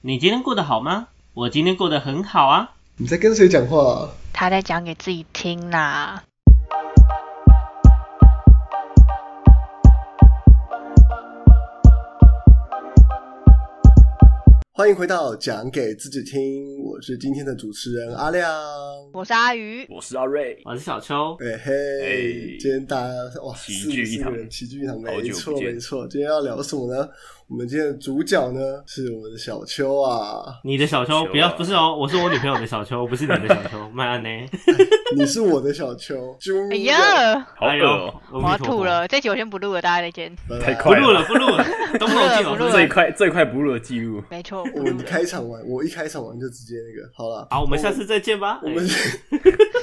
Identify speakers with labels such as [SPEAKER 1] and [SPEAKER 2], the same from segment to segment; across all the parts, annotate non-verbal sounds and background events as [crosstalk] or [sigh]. [SPEAKER 1] 你今天过得好吗？我今天过得很好啊。
[SPEAKER 2] 你在跟谁讲话、啊？
[SPEAKER 3] 他在讲给自己听啦。
[SPEAKER 2] 欢迎回到讲给自己听，我是今天的主持人阿亮。
[SPEAKER 3] 我是阿鱼，
[SPEAKER 4] 我是阿瑞，
[SPEAKER 1] 我是小秋，
[SPEAKER 2] 哎嘿
[SPEAKER 4] 哎，
[SPEAKER 2] 今天大家哇，
[SPEAKER 4] 齐
[SPEAKER 2] 四
[SPEAKER 4] 聚
[SPEAKER 2] 四
[SPEAKER 4] 一
[SPEAKER 2] 个
[SPEAKER 4] 堂
[SPEAKER 2] 人齐聚一堂，
[SPEAKER 4] 好久
[SPEAKER 2] 没
[SPEAKER 4] 不
[SPEAKER 2] 错
[SPEAKER 4] 见
[SPEAKER 2] 没错。今天要聊什么呢？我们今天的主角呢是我们的小秋
[SPEAKER 4] [laughs]
[SPEAKER 2] 啊，
[SPEAKER 1] 你的小
[SPEAKER 4] 小
[SPEAKER 1] 秋
[SPEAKER 4] 秋啊
[SPEAKER 1] 不要，不是哦，我是我女朋友的小秋，不是你的小
[SPEAKER 4] [laughs]
[SPEAKER 1] 秋，麦安呢？
[SPEAKER 2] 你是我的小秋，啾
[SPEAKER 3] 哎，呀，
[SPEAKER 4] 好
[SPEAKER 1] 哎
[SPEAKER 4] 恶
[SPEAKER 1] 呦
[SPEAKER 4] 哦，，
[SPEAKER 1] 我
[SPEAKER 3] 我
[SPEAKER 1] 们
[SPEAKER 3] 要吐，了，这集我先不录了，大家再见。
[SPEAKER 2] 拜
[SPEAKER 4] 太
[SPEAKER 2] 拜
[SPEAKER 1] 不
[SPEAKER 4] 快
[SPEAKER 1] 录了，不
[SPEAKER 3] [laughs]
[SPEAKER 1] 录了，东漏记
[SPEAKER 3] 不录
[SPEAKER 1] 了，
[SPEAKER 3] 了
[SPEAKER 4] 最快最快不入的记录，
[SPEAKER 3] 没错，
[SPEAKER 2] 我们开场完，我一开场完就直接那个好了。
[SPEAKER 1] 好，我们下次再见吧。哎
[SPEAKER 2] 我们是，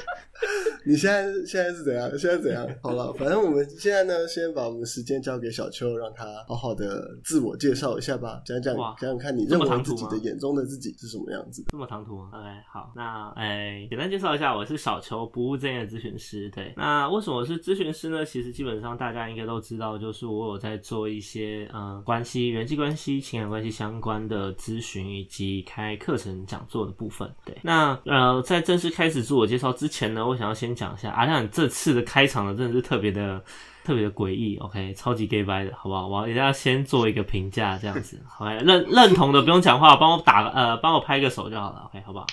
[SPEAKER 4] [laughs]
[SPEAKER 2] 你现在现在是怎样？现在怎样？好了，反正我们现在呢，先把我们时间交给小秋，让他好好的自我介绍一下吧，讲讲
[SPEAKER 1] 哇
[SPEAKER 2] 讲讲看你
[SPEAKER 1] 这
[SPEAKER 2] 认
[SPEAKER 1] 么
[SPEAKER 2] 为
[SPEAKER 1] 唐突
[SPEAKER 2] 自己的
[SPEAKER 1] 吗
[SPEAKER 2] 眼中的自己是什么样子的。
[SPEAKER 1] 这么唐突吗？OK，好，那哎，简单介绍一下，我是小球不务正业的咨询师。对，那为什么我是咨询师呢？其实基本上大家应该都知道，就是我有在做一些呃关系、人际关系、情感关系相关的咨询以及开课程讲座的部分。对，那呃，在正式开始自我介绍之前呢，我想要先讲一下阿亮这次的开场呢，真的是特别的。特别的诡异，OK，超级 gay 掰的，好不好？我一定要先做一个评价，这样 [laughs] 子，好，认认同的不用讲话，帮我打个呃，帮我拍个手就好了，OK，好不好？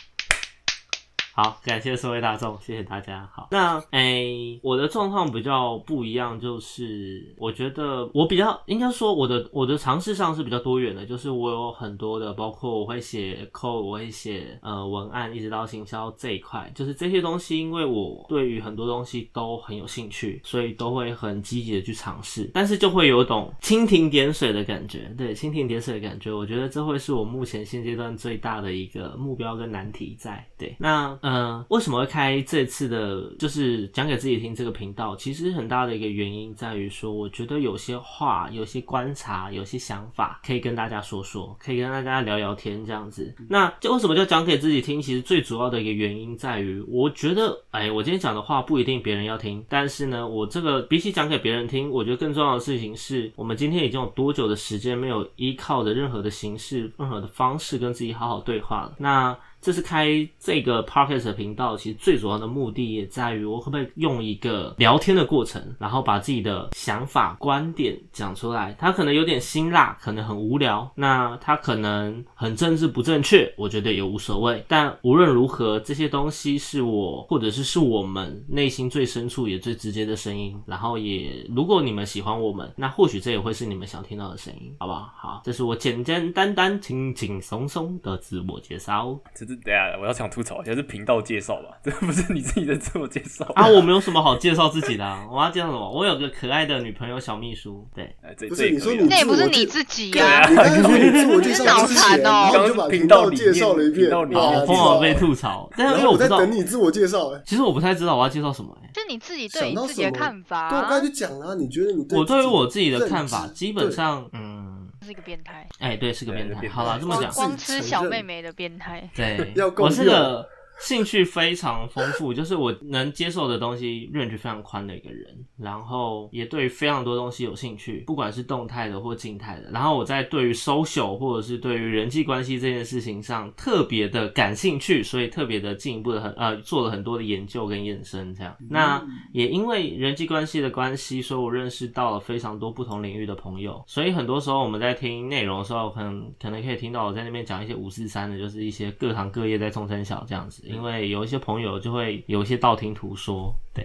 [SPEAKER 1] 好，感谢社会大众，谢谢大家。好，那诶、我的状况比较不一样，就是我觉得我比较应该说我的我的尝试上是比较多元的，就是我有很多的，包括我会写 code，我会写呃文案，一直到行销这一块，就是这些东西，因为我对于很多东西都很有兴趣，所以都会很积极的去尝试，但是就会有种蜻蜓点水的感觉，对，蜻蜓点水的感觉，我觉得这会是我目前现阶段最大的一个目标跟难题在。对，那呃，为什么会开这次的，就是讲给自己听这个频道？其实很大的一个原因在于说，我觉得有些话、有些观察、有些想法，可以跟大家说说，可以跟大家聊聊天这样子。那就为什么就讲给自己听？其实最主要的一个原因在于，我觉得，哎，我今天讲的话不一定别人要听，但是呢，我这个比起讲给别人听，我觉得更重要的事情是我们今天已经有多久的时间没有依靠着任何的形式、任何的方式跟自己好好对话了。那这是开这个 podcast 的频道，其实最主要的目的也在于我会不会用一个聊天的过程，然后把自己的想法、观点讲出来。它可能有点辛辣，可能很无聊，那它可能很政治不正确，我觉得也无所谓。但无论如何，这些东西是我，或者是是我们内心最深处也最直接的声音。然后也，如果你们喜欢我们，那或许这也会是你们想听到的声音，好不好？好，这是我简简单单、轻轻松松的自我介绍。
[SPEAKER 4] 这是等一下我要想吐槽一下，是频道介绍吧？ [laughs] 这不是你自己的自我介绍
[SPEAKER 2] [laughs]
[SPEAKER 1] 啊，我没有什么好介绍自己的、啊，我要介绍什么？我有个可爱的女朋友小秘书，对，
[SPEAKER 4] 哎这
[SPEAKER 2] 不
[SPEAKER 4] 这
[SPEAKER 2] 是
[SPEAKER 4] 也
[SPEAKER 2] 你
[SPEAKER 4] 可
[SPEAKER 2] 说
[SPEAKER 4] 以
[SPEAKER 2] 你
[SPEAKER 4] 啊。
[SPEAKER 3] 那也不是
[SPEAKER 2] 自我
[SPEAKER 3] 你
[SPEAKER 2] 介
[SPEAKER 3] 自己呀、
[SPEAKER 1] 啊
[SPEAKER 2] 你刚
[SPEAKER 4] [laughs]
[SPEAKER 2] 才说你自我介绍之前，
[SPEAKER 3] 你脑残哦
[SPEAKER 2] 然后就把
[SPEAKER 4] 刚刚是频道
[SPEAKER 2] 道介绍了一遍，
[SPEAKER 4] 里面啊
[SPEAKER 1] 我
[SPEAKER 2] 哇
[SPEAKER 4] 频道里面
[SPEAKER 1] 疯狂被吐槽，但是因
[SPEAKER 2] 然
[SPEAKER 1] 为
[SPEAKER 2] 后
[SPEAKER 1] 我
[SPEAKER 2] 我
[SPEAKER 1] 不
[SPEAKER 2] 在
[SPEAKER 1] 知道，
[SPEAKER 2] 等你自我介绍，哎，
[SPEAKER 1] 其实我不太知道我要介绍什么、欸。
[SPEAKER 3] 就你自己对
[SPEAKER 2] 想
[SPEAKER 3] 你
[SPEAKER 2] 到
[SPEAKER 3] 自己
[SPEAKER 2] 什
[SPEAKER 3] 的
[SPEAKER 2] 么？
[SPEAKER 3] 看
[SPEAKER 2] 对，我刚
[SPEAKER 3] 法
[SPEAKER 2] 才，就讲了啊，你觉得你
[SPEAKER 1] 我对于我自己
[SPEAKER 2] 认
[SPEAKER 1] 的
[SPEAKER 2] 知
[SPEAKER 1] 看法，基本上，嗯，
[SPEAKER 3] 是一个变态，
[SPEAKER 1] 哎、对，是个
[SPEAKER 4] 对
[SPEAKER 1] 变态。
[SPEAKER 4] 变态
[SPEAKER 1] 好啦，这么
[SPEAKER 2] 我
[SPEAKER 1] 讲，
[SPEAKER 3] 光吃小妹妹的变态。
[SPEAKER 1] 对
[SPEAKER 2] [laughs] 要，够
[SPEAKER 1] 我是
[SPEAKER 2] 用
[SPEAKER 1] 个兴趣非常丰富，就是我能接受的东西 range 非常宽的一个人，然后也对非常多东西有兴趣，不管是动态的或静态的。然后我在对于 social 或者是对于人际关系这件事情上特别的感兴趣，所以特别的进一步的很呃做了很多的研究跟延伸这样。那也因为人际关系的关系，所以我认识到了非常多不同领域的朋友。所以很多时候我们在听内容的时候，可能可能可以听到我在那边讲一些五四三的，就是一些各行各业在冲三小这样子。因为有一些朋友就会有一些道听途说，对。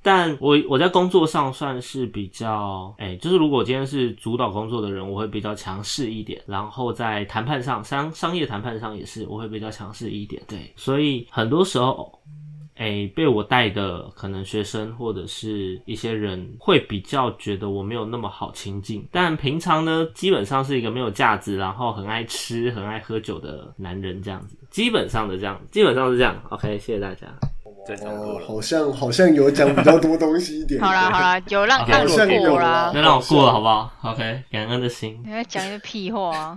[SPEAKER 1] 但我我在工作上算是比较，哎、就是如果我今天是主导工作的人，我会比较强势一点。然后在谈判上，商商业谈判上也是，我会比较强势一点。对，所以很多时候诶、哎被我带的可能学生或者是一些人会比较觉得我没有那么好亲近，但平常呢，基本上是一个没有价值，然后很爱吃、很爱喝酒的男人这样子，基本上的这样，基本上是这样。OK，谢谢大家。
[SPEAKER 4] 这差不多
[SPEAKER 2] 哦，
[SPEAKER 4] 了，
[SPEAKER 2] 好像好像有讲比较多东西一点。
[SPEAKER 3] 好啦好啦，有让
[SPEAKER 1] 好
[SPEAKER 3] 让
[SPEAKER 1] 像
[SPEAKER 3] 你
[SPEAKER 2] 有
[SPEAKER 3] 过
[SPEAKER 2] 啦
[SPEAKER 3] 啦。
[SPEAKER 1] 那让我过了好不好？OK，感恩的心
[SPEAKER 3] 你。在讲一些屁话啊！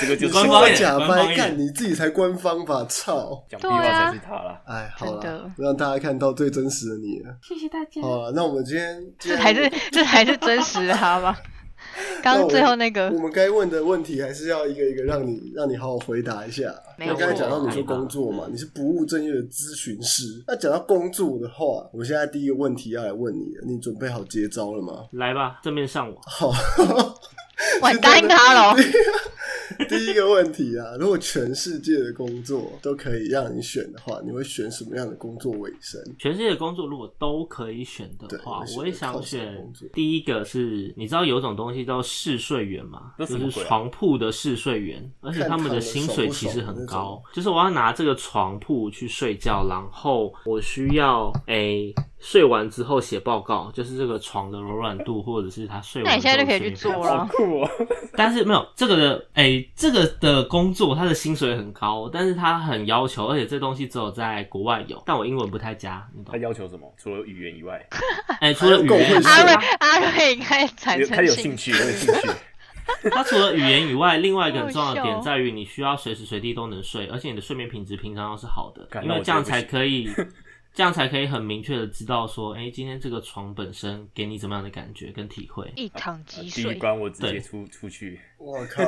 [SPEAKER 4] 这个就
[SPEAKER 1] [laughs]
[SPEAKER 2] 你
[SPEAKER 4] 是
[SPEAKER 1] 官
[SPEAKER 2] 说
[SPEAKER 1] 方
[SPEAKER 2] 我
[SPEAKER 1] 一点
[SPEAKER 2] 假
[SPEAKER 1] 官方一
[SPEAKER 2] 掰，
[SPEAKER 1] 点
[SPEAKER 2] 干你自己才官方吧，操！
[SPEAKER 4] 讲屁话才是他啦。
[SPEAKER 2] 哎，好
[SPEAKER 3] 真
[SPEAKER 2] 了
[SPEAKER 3] 的，
[SPEAKER 2] 让大家看到最真实的你了。谢谢大家。好了，那我们今天 [laughs]
[SPEAKER 3] 这才是这才是真实的，好吧？刚最后那个
[SPEAKER 2] 我们该问的问题还是要一个一个让你让你好好回答一下。
[SPEAKER 3] 没
[SPEAKER 2] 那
[SPEAKER 3] 有
[SPEAKER 2] 刚才讲到你
[SPEAKER 1] 错
[SPEAKER 2] 说工作嘛，你是不务正业的咨询师。那讲到工作的话，我现在第一个问题要来问你了，你准备好接招了吗？
[SPEAKER 1] 来吧，正面上我。
[SPEAKER 2] 好，
[SPEAKER 3] 我答应他了。
[SPEAKER 2] [laughs] 第一个问题啊，如果全世界的工作都可以让你选的话，你会选什么样的工作为生？
[SPEAKER 1] 全世界的工作如果都可以选的话
[SPEAKER 2] 对，
[SPEAKER 1] 我也想
[SPEAKER 2] 我也想
[SPEAKER 1] 选
[SPEAKER 2] 工作
[SPEAKER 1] 第一个是，你知道有种东西叫试睡员吗？
[SPEAKER 4] 那
[SPEAKER 1] 就
[SPEAKER 4] 什么
[SPEAKER 1] 是
[SPEAKER 4] 鬼啊
[SPEAKER 1] 床铺的试睡员，而且他们的薪水其实很
[SPEAKER 2] 看躺得爽
[SPEAKER 1] 高。就是我要拿这个床铺去睡觉，然后我需要诶、睡完之后写报告，就是这个床的柔软度，或者是他睡完
[SPEAKER 3] 那你现在就可以
[SPEAKER 1] 之后
[SPEAKER 3] 去做
[SPEAKER 1] 睡眠
[SPEAKER 3] 了
[SPEAKER 4] 好酷哦！
[SPEAKER 1] 但是没有这个的，哎、这个的工作，它的薪水很高，但是它很要求，而且这东西只有在国外有。但我英文不太佳，你懂
[SPEAKER 4] 他？要求什么？除了语言以外，
[SPEAKER 1] 哎、除了语
[SPEAKER 2] 够会
[SPEAKER 1] 言，
[SPEAKER 3] 阿
[SPEAKER 2] 说
[SPEAKER 3] 瑞，阿瑞应该产
[SPEAKER 4] 有他
[SPEAKER 3] 生
[SPEAKER 4] 有
[SPEAKER 3] 兴
[SPEAKER 4] 兴
[SPEAKER 3] 趣。
[SPEAKER 4] 趣，我有兴趣。
[SPEAKER 1] 它除了语言以外，另外一个很重要的
[SPEAKER 3] 好
[SPEAKER 1] 点
[SPEAKER 3] 笑哦
[SPEAKER 1] 在于，你需要随时随地都能睡，而且你的睡眠品质平常要是好的，
[SPEAKER 4] 干
[SPEAKER 1] 因
[SPEAKER 4] 那
[SPEAKER 1] 为
[SPEAKER 4] 我
[SPEAKER 1] 这样
[SPEAKER 4] 觉得
[SPEAKER 1] 才
[SPEAKER 4] 不行
[SPEAKER 1] 可以，
[SPEAKER 4] [laughs]
[SPEAKER 1] 这样才可以很明确的知道说，哎、今天这个床本身给你怎么样的感觉跟体会。
[SPEAKER 3] 一场
[SPEAKER 4] 呃
[SPEAKER 3] [laughs] 击
[SPEAKER 1] 啊
[SPEAKER 4] 第一
[SPEAKER 3] 碎，
[SPEAKER 4] 关我直接
[SPEAKER 1] 对
[SPEAKER 4] 出出去，
[SPEAKER 2] 我靠！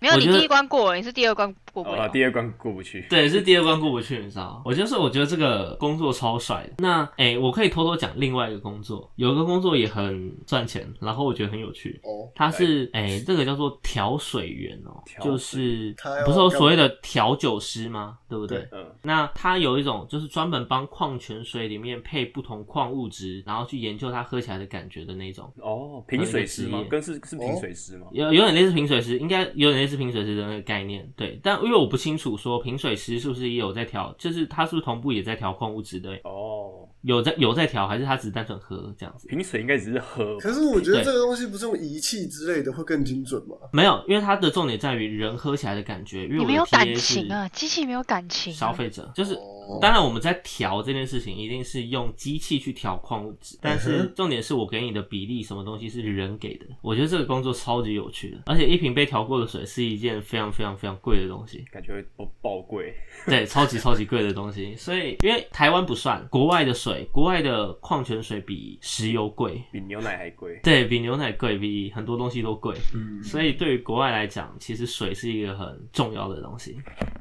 [SPEAKER 3] 没有
[SPEAKER 1] 我
[SPEAKER 3] 你
[SPEAKER 1] 觉得哦
[SPEAKER 3] 第一关过了，你是第二关过不
[SPEAKER 4] 啊，
[SPEAKER 3] 了。
[SPEAKER 4] 第二关过不去。
[SPEAKER 1] 对，是第二关过不去，你知道？我就是我觉得这个工作超帅的。那哎、诶我可以偷偷讲另外一个工作，有一个工作也很赚钱，然后我觉得很有趣。
[SPEAKER 4] [laughs]
[SPEAKER 2] 哦，
[SPEAKER 1] 它是哎、诶这个叫做调水员哦、
[SPEAKER 4] 调水
[SPEAKER 1] 就是
[SPEAKER 2] 他要
[SPEAKER 1] 不是有所谓的调酒师吗？对不对？
[SPEAKER 2] 对
[SPEAKER 4] 嗯，
[SPEAKER 1] 那它有一种就是专门帮矿泉水里面配不同矿物质，然后去研究它喝起来的感觉的那种。
[SPEAKER 4] 哦，平水师
[SPEAKER 1] 还有一个职
[SPEAKER 4] 吗
[SPEAKER 1] 业？
[SPEAKER 4] 跟是是平水师吗？
[SPEAKER 1] 有有点类似平水师，应该有点类似平水师的那个概念，对。但因为我不清楚说平水师是不是也有在调，就是他是不是同步也在调矿物质的，
[SPEAKER 4] 哦，
[SPEAKER 1] 有在有在调，还是他只是单纯喝这样子？
[SPEAKER 4] 平水应该只是喝，
[SPEAKER 2] 可是我觉得
[SPEAKER 1] 对
[SPEAKER 2] 这个东西不是用仪器之类的会更精准吗？
[SPEAKER 1] 没有，因为它的重点在于人喝起来的感觉，因为
[SPEAKER 3] 你
[SPEAKER 1] 我的
[SPEAKER 3] 没有感
[SPEAKER 1] TA 是
[SPEAKER 3] 情啊，机器没有感情啊。
[SPEAKER 1] 消费者就是
[SPEAKER 2] 哦，
[SPEAKER 1] 当然我们在调这件事情，一定是用机器去调矿物质，但是重点是我给你的比例，什么东西是人给的？我觉得这个工作超级有趣的，而且一瓶被调过的水是一件非常非常非常贵的东西，
[SPEAKER 4] 感觉不爆贵。
[SPEAKER 1] 对，超级超级贵的东西。所以因为台湾不算，国外的水，国外的矿泉水比石油贵，
[SPEAKER 4] 比牛奶还贵。
[SPEAKER 1] 对比牛奶贵，比很多东西都贵。
[SPEAKER 2] 嗯，
[SPEAKER 1] 所以对于国外来讲，其实水是一个很重要的东西，